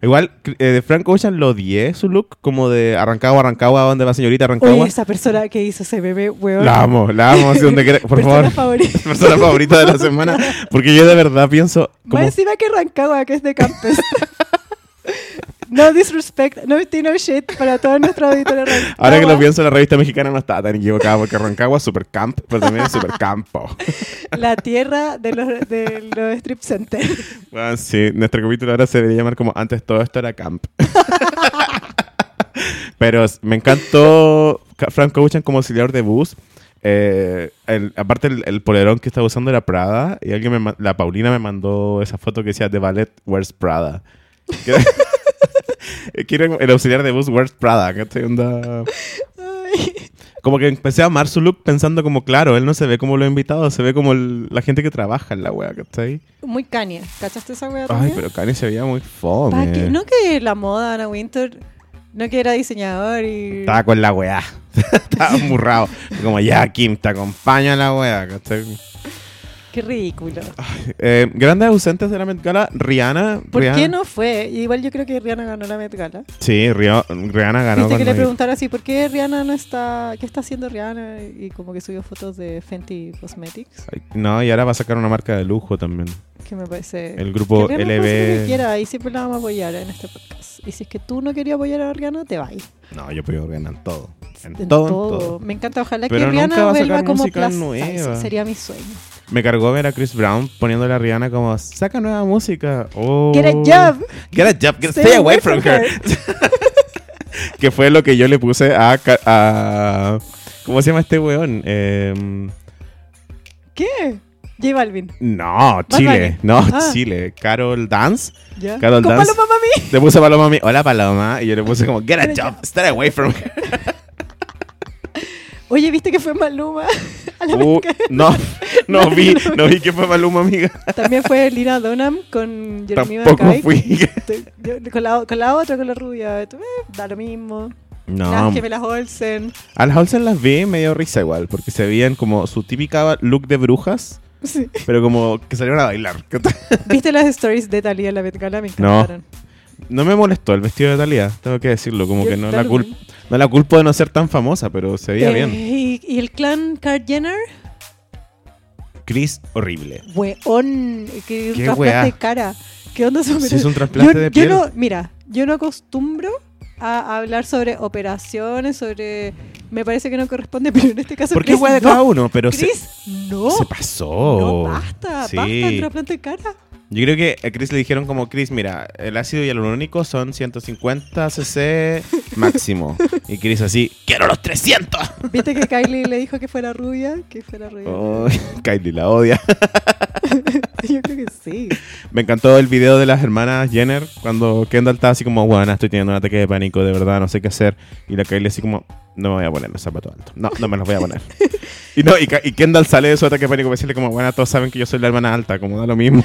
Igual, cr- eh, de Frank Ocean lo odié su look, como de Arrancagua, Arrancagua, ¿dónde va señorita
Oye,
Arrancagua?
esa persona que hizo ese bebé, weón.
La amo, la amo, si donde quiera, por
persona
favor.
favorita.
Persona favorita de la semana. Porque yo de verdad pienso
Más
como...
encima que Rancagua, que es de Campes. no disrespect, no tea, no shit para todos nuestros auditores. de Rancagua.
Ahora que lo pienso, la revista mexicana no está tan equivocada porque Arrancagua es super camp, pero también es super campo.
La tierra de los, de los strip centers.
Bueno, sí, nuestro capítulo ahora se debería llamar como antes todo esto era camp. Pero s- me encantó Ca- Frank Ocean como auxiliar de bus. Eh, el- aparte el, el polerón que estaba usando era Prada y alguien me ma- la Paulina me mandó esa foto que decía The Ballet Wears Prada. Que- eh, que era el auxiliar de bus Wears Prada. ¿cachai? Onda-
Ay.
Como que empecé a amar su look pensando como, claro, él no se ve como los invitados, se ve como el- la gente que trabaja en la wea, ¿cachai?
Muy Kanye. ¿Cachaste esa wea
Ay,
también?
pero Kanye se veía muy
Pa'
fome.
que- No que la moda Ana Winter, no que era diseñador y...
Estaba con la weá. Estaba amurrado. Como ya, Kim, te acompaño a la weá. ¿cachai?
Qué ridículo.
Eh, grandes ausentes de la Met Gala, Rihanna.
¿Por
Rihanna-
qué no fue? Igual yo creo que Rihanna ganó la Met Gala.
Sí, Rio- Rihanna ganó.
Viste que
cuando-
le preguntaron así, ¿por qué Rihanna no está... ¿Qué está haciendo Rihanna? Y como que subió fotos de Fenty Cosmetics,
Ay, No, y ahora va a sacar una marca de lujo también.
que me parece...
El grupo
Eh, que Rihanna puede hacer lo que
LB.
quiera, y siempre la vamos a apoyar en este podcast. Y si es que tú no querías apoyar a Rihanna, te vas.
No, yo puedo Rihanna en todo. En,
En
todo,
todo,
en todo.
Me encanta. Ojalá
Pero
que
nunca
Rihanna
va a sacar
vuelva como
música
plus size.
nueva.
Sería mi sueño.
Me cargó ver a Chris Brown poniéndole a Rihanna como, saca nueva música. Oh.
Get a job.
Get a job. Get, stay, away from, her. que fue lo que yo le puse a. Ca- Em, a- ¿Cómo se llama este weón? Eh,
¿Qué? J Balvin.
No,
Bad
Chile.
Bunny.
No,
Ah.
Chile. Carol Dance.
¿Ya?
Carol
Con
Dance.
Paloma Mami.
Le puse a Paloma a mí, hola Paloma. Y yo le puse como, get a job, stay away from her.
Oye, ¿viste que fue Maluma? A la
Uh,
mezcla.
no, no
No,
vi,
no
no vi que fue Maluma, amiga.
También fue Lina Donham con Jeremy
Tampoco
Mackay.
fui.
Te- yo- Con la, con la otra, con la rubia. eh, da lo mismo.
No,
Las gemelas Olsen.
a las Olsen las vi medio risa igual, porque se veían como su típica look de brujas,
Sí.
pero como que salieron a bailar.
¿Viste las stories de Talía en la Betcala? Me
No.
encantaron.
No me molestó el vestido de Talía, tengo que decirlo, como
Yo
que no la,
también.
cul- no la culpo de no ser tan famosa, pero se veía
Eh,
bien.
Y, y el clan Card Jenner,
Chris, horrible.
weón,
Qué
que un trasplante
weá.
de cara. ¿Qué onda eso?
Si es un
yo,
trasplante de
yo
piel.
no, mira, yo no acostumbro a hablar sobre operaciones, sobre. Me parece que no corresponde, pero en este caso.
¿Por qué
Chris,
hueá de
no.
cada uno? Pero se,
Chris, no.
se pasó.
No, basta,
Sí.
basta, el trasplante de cara.
Yo creo que a Chris le dijeron como, Chris, mira, el ácido hialurónico son 150 cc máximo. Y Chris así, quiero los 300.
¿Viste que Kylie le dijo que fuera rubia? Que fuera rubia.
Oh, Kylie la odia.
Yo creo que sí.
Me encantó el video de las hermanas Jenner cuando Kendall estaba así como, bueno, estoy teniendo un ataque de pánico, de verdad, no sé qué hacer. Y la Kylie así como, no me voy a poner los zapatos altos. No, no me los voy a poner. Y, no, y, Ka- y Kendall sale de su ataque de pánico y decirle como, bueno, todos saben que yo soy la hermana alta, como da lo mismo.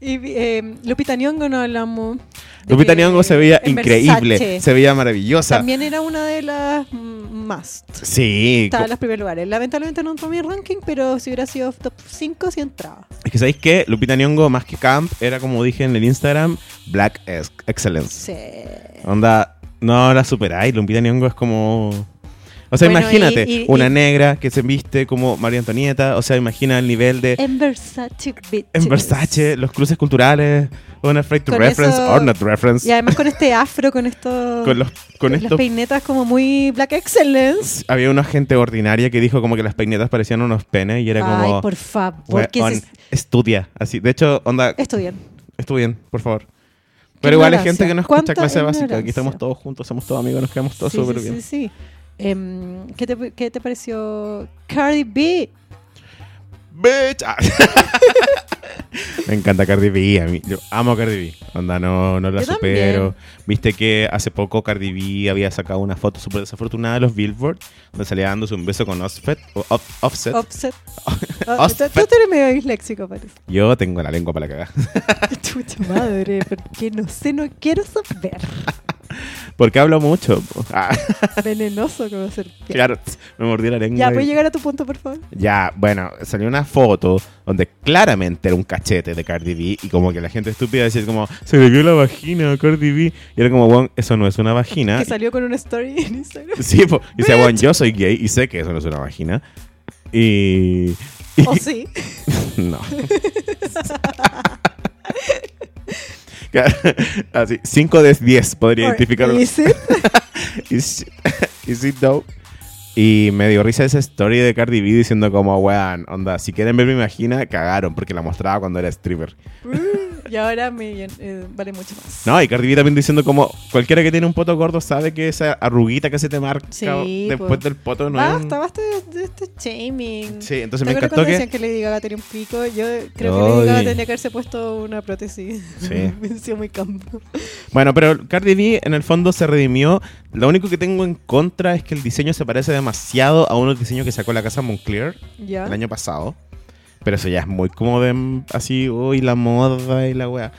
Y eh, Lupita Nyong'o no hablamos. de
Lupita
que-
Nyong'o se veía
en
increíble,
Versace.
se veía maravillosa.
También era una de las mm, más.
Sí,
Estaba en los primeros lugares. Lamentablemente no entró en mi ranking, pero si hubiera sido top 5, sí entraba.
Es que sabéis que Lupita Nyong'o más que camp era como dije en el Instagram Black ex- Excellence.
Sí.
Onda, no la superáis. Lupita Nyong'o es como, o sea,
Bueno,
imagínate
y- y-
una
y-
negra que se viste como María Antonieta. O sea, imagina el nivel de
En Versace, bitches.
en Versace, los cruces culturales, una afraid to
Con
reference
eso-
or not reference,
Y además con este afro, con estos.
con los con
las
estos
peinetas como muy Black Excellence.
había una gente ordinaria que dijo como que las peinetas parecían unos penes y era
Ay,
como
por favor,
"Weón,
que se
estudia así. De hecho, onda
estudian.
Estudien, por favor. Pero igual hay gente
ignorancia.
que no escucha
¿Cuánta
clase básica. Aquí
ignorancia?
estamos todos juntos, somos todos amigos, nos quedamos todos
sí,
súper
sí,
bien.
sí, sí. Em, ¿qué, te, ¿Qué te pareció Cardi B?
Bitch. Ah. Me encanta Cardi B. A mí, yo amo a Cardi B. Onda, no, no la
Yo
supero. Viste que hace poco Cardi B había sacado una foto súper desafortunada de los Billboard, donde salía dándose un beso con Offset. o Off- offset.
Offset.
Offset.
Offset. Tú tú eres medio disléxico, parece.
Yo tengo la lengua para la cagada.
Chucha madre, porque no sé, no quiero saber.
Porque hablo mucho. Ah,
Venenoso como serpiente.
claro, me mordí la lengua.
Ya,
y-
pues ¿puedes llegar a tu punto, por favor?
Ya, bueno, salió una foto donde claramente era un cachete de Cardi B y como que la gente estúpida decía como, se le vio la vagina a Cardi B. Y era como, bueno, eso no es una vagina.
Que salió con una story en Instagram.
Sí, po, y decía, bueno, yo soy gay y sé que eso no es una vagina. Y... y-
¿O Oh, sí?
no. Claro, Así, 5 de 10 podría
Or
identificarlo.
is it?
Is, is it though? Y me dio risa esa story de Cardi B diciendo como, weón, onda, si quieren ver mi vagina, cagaron, porque la mostraba cuando era stripper.
Uh, Y ahora me, eh, vale mucho más.
No, y Cardi B también diciendo como, cualquiera que tiene un poto gordo sabe que esa arruguita que se te marca
Sí,
después
pues.
del poto no es... un-
Basta, basta de, de este shaming.
Sí,
¿Te
entonces me
acuerdas
encantó
cuando
que...
decían que Lady Gaga tenía un pico? Yo creo que Lady Gaga
Ay.
tenía que haberse puesto una prótesis.
Sí.
Me hacía muy campo.
Bueno, pero Cardi B en el fondo se redimió. Lo único que tengo en contra es que el diseño se parece demasiado a uno diseño que sacó la casa Moncler.
¿Ya?
el año pasado. Pero eso ya es muy como de mm, así, uy, la moda y la weá.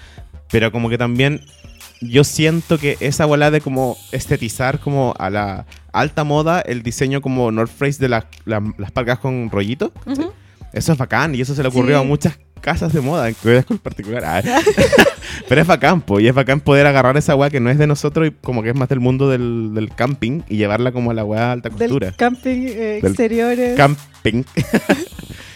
Pero como que también yo siento que esa bola de como estetizar como a la alta moda el diseño como North Face de las- la- las parcas con rollito.
Ujú.
Eso es bacán y eso se le ocurrió
Sí.
a muchas casas de moda, incluidas con particular. Ah, Pero es bacán, po, y es bacán poder agarrar esa weá que no es de nosotros y como que es más del mundo del, del camping y llevarla como a la weá alta costura
Del camping eh,
Del
exteriores.
camping.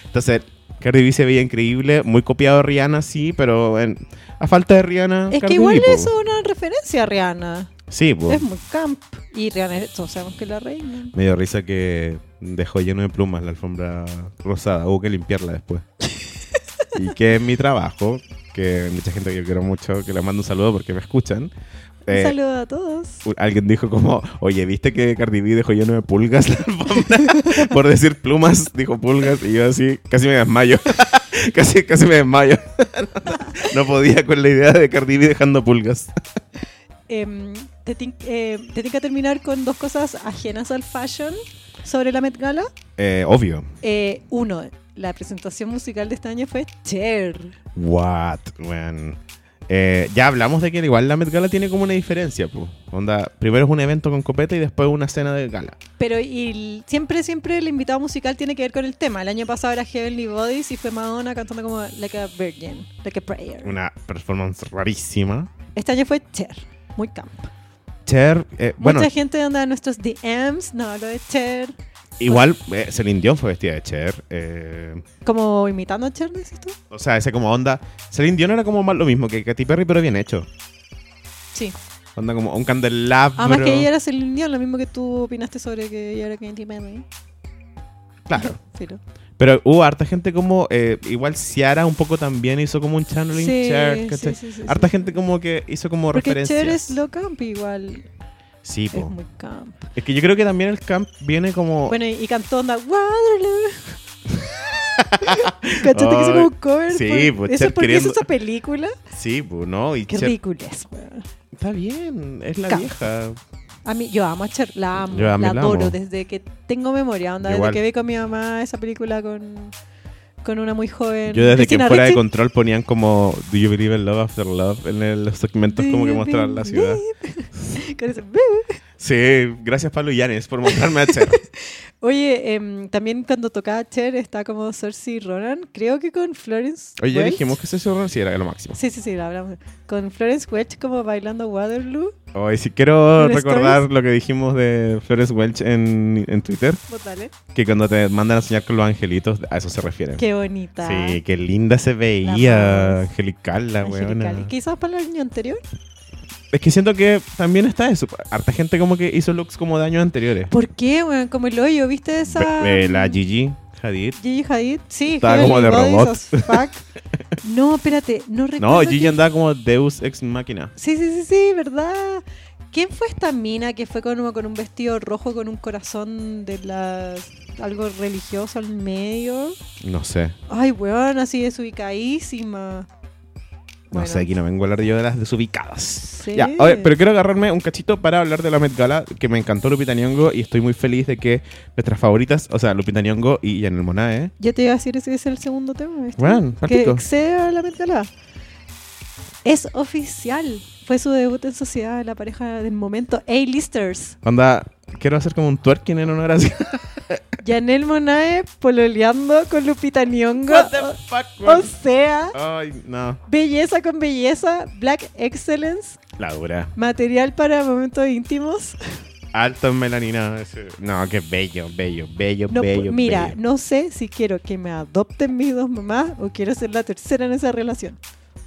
Entonces, Cardi B se veía increíble, muy copiado de Rihanna, sí, pero en- a falta de Rihanna.
es que
Cardi B,
igual
po.
es una referencia a Rihanna.
Sí, po.
Es muy camp. Y Rihanna, es- todos sabemos que es la reina.
Me dio risa que dejó lleno de plumas la alfombra rosada. Hubo que limpiarla después. y que es mi trabajo, que mucha gente que yo quiero mucho, que les mando un saludo porque me escuchan. Eh,
Un saludo a todos.
u- Alguien dijo como, oye, ¿viste que Cardi B dejó lleno de pulgas la alfombra? Por decir plumas, dijo pulgas, y yo así, casi me desmayo. casi, casi me desmayo. no, no podía con la idea de Cardi B dejando pulgas.
Em, te tin- eh, te tengo que terminar con dos cosas ajenas al fashion sobre la Met Gala.
Eh, obvio.
Eh, uno, la presentación musical de este año fue Cher.
What, man. Eh, ya hablamos de que igual la Met Gala tiene como una diferencia, pues. Onda, primero es un evento con copeta y después una cena de gala.
Pero y l- siempre, siempre el invitado musical tiene que ver con el tema. El año pasado era Heavenly Bodies y fue Madonna cantando como Like a Virgin, Like a Prayer.
Una performance rarísima.
Este año fue Cher, muy camp.
Cher, eh, bueno,
Mucha gente anda en nuestros DMs, no hablo de Cher,
igual eh, Celine Dion fue vestida de Cher. eh,
como imitando a Cher, dices tú.
o sea, ese como onda. Celine Dion era como más lo mismo que Katy Perry, pero bien hecho.
Sí.
Onda como un candelabro.
Además que ella era Celine Dion, lo mismo que tú opinaste sobre que ella era Katy Perry.
Claro.
Filo.
Pero hubo harta gente como. eh, igual Ciara un poco también hizo como un channeling
Sí,
Cher.
sí,
¿cachai?
sí, sí,
harta
sí.
gente como que hizo como
Porque
referencias.
Cher es lo camp igual,
Sí, po.
es muy camp.
Es que yo creo que también el camp viene como.
Bueno, y, y cantó onda Waterloo. ¿Cachaste que hizo como un cover?
Sí,
por-
pues,
¿Eso
Cher
es porque hizo
queriendo-
esa película?
sí, pues, ¿no? Y
Qué
Cher-
ridícula es, weón.
Está bien, es la
Camp.
vieja.
A mí, yo amo a Cher, la amo,
Yo
la,
también la
adoro
amo.
desde que tengo memoria, onda, desde
Igual.
que vi con mi mamá esa película con, con una muy joven.
Yo desde
Cristina
que fuera de
Ricci.
control ponían como Do you believe in love after love en el- los segmentos como que mostraban la ciudad.
Con ese-
Sí, gracias Pablo Llanes por mostrarme a Cher.
Oye, em, también cuando tocaba Cher está como Cersei Ronan, creo que con Florence.
Oye, ya
Welch.
dijimos que ese zorro sí era lo máximo.
Sí, sí, sí, lo hablamos. Con Florence Welch como bailando Waterloo.
Hoy si quiero
¿En
recordar
stories?
lo que dijimos de Flores Welch en, en Twitter,
Vos dale.
que cuando te mandan a soñar con los angelitos, a eso se refieren.
Qué bonita.
Sí, qué linda se
La
veía,
más
angelical la
Angelical.
weona.
¿Y ¿Qué hizo para el año anterior?
Es que siento que también está eso. Harta gente como que hizo looks como de años anteriores.
¿Por qué, weón? Como el hoyo, ¿viste esa?
Be- eh, la Gigi Hadid.
Gigi Hadid, sí.
Estaba
Heavenly
como de
Bodies
robot.
as fuck. No, espérate, no recuerdo.
No, Gigi
quién-
andaba como Deus ex máquina.
Sí, sí, sí, sí, verdad. ¿Quién fue esta mina que fue con, con un vestido rojo con un corazón de las algo religioso al medio?
No sé.
Ay, weón, así desubicadísima.
No
Bueno.
sé, aquí no vengo a hablar yo de las desubicadas.
Sí.
Ya, a ver, pero quiero agarrarme un cachito para hablar de la Met Gala, que me encantó Lupita Nyong'o y estoy muy feliz de que nuestras favoritas, o sea, Lupita Nyong'o y Yanel Monae.
Yo te iba a decir ese es el segundo tema. ¿viste?
Weón,
que
partico.
excede a la Met Gala. Es oficial. Fue su debut en sociedad de la pareja del momento A-listers.
Onda, quiero hacer como un twerking en honor a...
Janelle Monae pololeando con Lupita Nyong'o.
What the fuck,
O
man?
sea,
Ay, no.
belleza con belleza, black excellence,
La dura.
material para momentos íntimos.
Alto en melanina. ese. No, qué bello, bello, bello,
No, pues,
bello.
mira,
bello.
no sé si quiero que me adopten mis dos mamás o quiero ser la tercera en esa relación.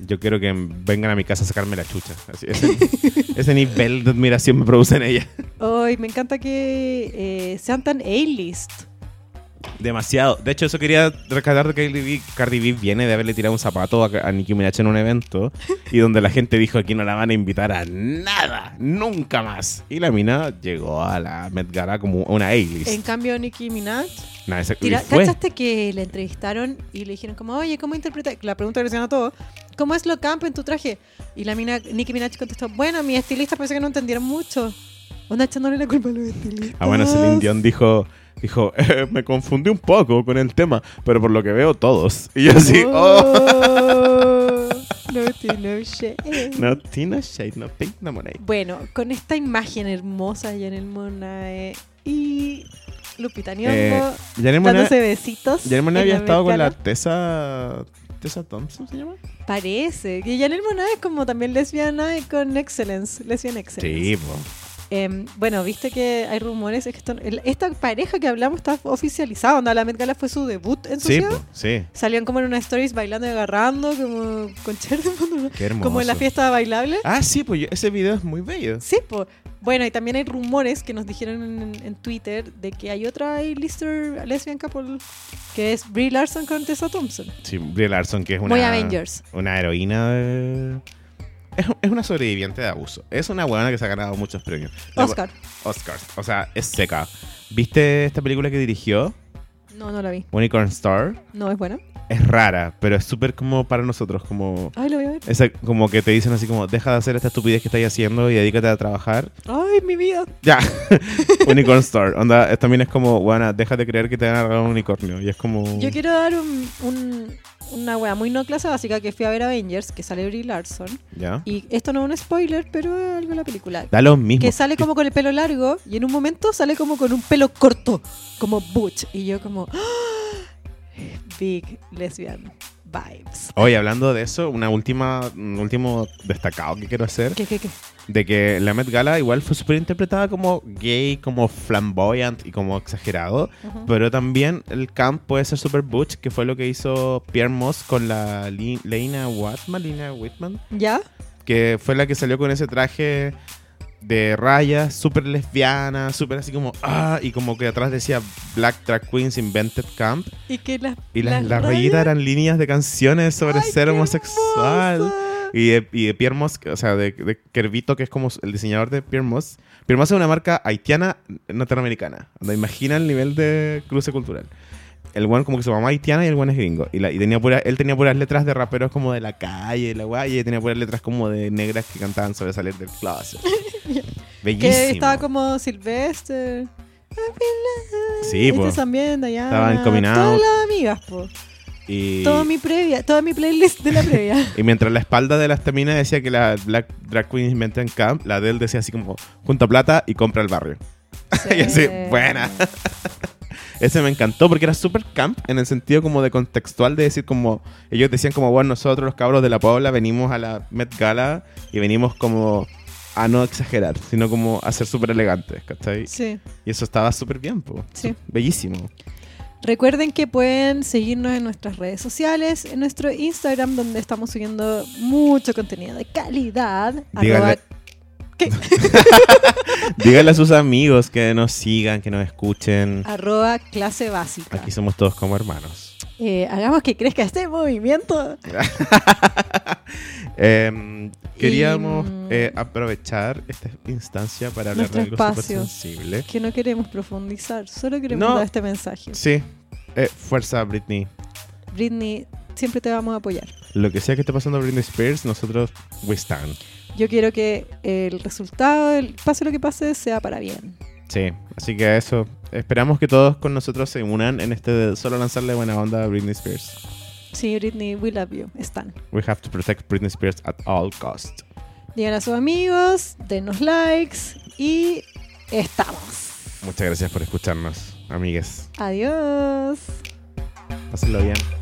Yo quiero que vengan a mi casa a sacarme la chucha. Así, ese, ese nivel de admiración me produce en ella.
Hoy me encanta que eh, sean tan A-list.
Demasiado. De hecho, eso quería rescatar de Cardi B. Cardi B viene de haberle tirado un zapato a, a Nicki Minaj en un evento y donde la gente dijo aquí no la van a invitar a nada, nunca más. Y la mina llegó a la Met Gala como una
En
A-list.
cambio, Nicki Minaj.
Nah, esa- y
Tira-
fue.
¿Cachaste que la entrevistaron y le dijeron como, oye, ¿cómo interpreta? La pregunta que le hacían a todos, ¿cómo es lo camp en tu traje? Y la mina, Nicki Minaj contestó, bueno, mi estilista parece que no entendieron mucho. Onda echándole la culpa a los estilistas.
Ah, bueno, Celine Dion dijo, dijo "Eh, me confundí un poco con el tema, pero por lo que veo todos. Y yo así, oh.
Oh. No, tea, no shade.
No, Tina Shade, no Pink, no Monet.
Bueno, con esta imagen hermosa de Janelle Monae y Lupita Nyong'o
Eh, Janelle Monáe-
dándose besitos.
Janelle Monáe
en
había
la
estado con
Met
la
Gala.
Tessa... ¿Tessa Thompson se llama?
Parece. Y Janelle Monae es como también lesbiana y con Excellence. Lesbian Excellence.
Sí, po.
Em, bueno, viste que hay rumores. Es que esto- el- esta pareja que hablamos está oficializada. Onda, la Met Gala fue su debut en su
Sí,
ciudad.
po, sí.
Salían como en unas stories bailando y agarrando, como con Cher de fondo, ¿no?
Qué hermoso.
Como en la fiesta bailable.
Ah, sí, pues yo- ese video es muy bello.
Sí, po. Bueno, y también hay rumores que nos dijeron en, en Twitter de que hay otra Lister lesbian couple que es Brie Larson con Tessa Thompson.
Sí, Brie Larson, que es una,
Muy Avengers.
una heroína de- Es, es una sobreviviente de abuso. Es una huevona que se ha ganado muchos premios. La hue-
Oscar.
Oscars. O sea, es seca. ¿Viste esta película que dirigió?
No, no la vi.
Unicorn Star.
No, es buena.
Es rara, pero es súper como para nosotros, como...
Ay, lo voy a ver.
Esa, como que te dicen así como, deja de hacer esta estupidez que estáis haciendo y dedícate a trabajar.
Ay, mi vida.
Ya, Unicorn Star. Onda, es- también es como, bueno, deja de creer que te van a regalar un unicornio. Y es como...
Yo quiero dar un, un- una wea muy no clase básica que fui a ver Avengers, que sale Brie Larson.
¿Ya?
Y esto no es un spoiler, pero es algo de la película.
Da lo mismo.
Que sale como con el pelo largo y en un momento sale como con un pelo corto, como Butch. Y yo como... ¡ah! Big lesbian vibes.
Oye, hablando de eso, una última, un último destacado que quiero hacer,
¿Qué, qué, qué?
de que la Met Gala igual fue súper interpretada como gay, como flamboyant y como exagerado,
Ujú.
pero también el camp puede ser súper butch, que fue lo que hizo Pierre Moss con la Li- Lena Whitman, Lena Whitman,
¿Ya?
que fue la que salió con ese traje de rayas, súper lesbiana, súper así como, ah, y como que atrás decía Black Drag Queens Invented Camp,
Y que las...
y las, las
rayas-
rayitas eran líneas de canciones sobre
¡Ay,
ser
qué
homosexual.
hermosa!
Y de, y de Pierre Moss, o sea, de, de Kervito, que es como el diseñador de Pierre Moss. Pierre Moss es una marca haitiana norteamericana. Onda, imagina el nivel de cruce cultural. El one como que su mamá es haitiana y el one es gringo. Y, la- y tenía pura- él tenía puras letras de raperos como de la calle, y la guay, y ella tenía puras letras como de negras que cantaban sobre salir del closet. Bellísimo.
Que estaba como Silvestre.
Sí, po.
Este también, Dayana.
Estaban coming out.
Todas las amigas, po.
y,
Toda mi previa, toda mi playlist de la previa.
y mientras la espalda de la estamina decía que la Black Drag Queen inventan camp, la de él decía así como, junta plata y compra el barrio. Y así, buena. Ese me encantó porque era súper camp en el sentido como de contextual de decir como ellos decían como bueno nosotros los cabros de la Puebla venimos a la Met Gala y venimos como a no exagerar sino como a ser súper elegantes ¿cachai?
Sí.
y eso estaba súper bien po.
Sí.
bellísimo
Recuerden que pueden seguirnos en nuestras redes sociales, en nuestro Instagram, donde estamos subiendo mucho contenido de calidad.
Díganle- díganle a sus amigos que nos sigan que nos escuchen
Arroba, arroba clase básica.
aquí somos todos como hermanos
Eh, hagamos que crezca este movimiento.
Em, queríamos
Y-
eh, aprovechar esta instancia para hablar de algo
Nuestro
súper
espacio.
sensible
Que no queremos profundizar, solo queremos
No.
dar este mensaje.
sí Eh, fuerza Britney
Britney, siempre te vamos a apoyar.
lo que sea que esté pasando a Britney Spears, nosotros we stand.
Yo quiero que el resultado, el- pase lo que pase, sea para bien.
Sí, así que eso. Esperamos que todos con nosotros se unan en este de solo lanzarle buena onda a Britney Spears.
Sí, Britney, we love you. Están.
We have to protect Britney Spears at all cost.
Digan a sus amigos, denos likes y estamos.
Muchas gracias por escucharnos, amigues.
Adiós.
Pásenlo bien.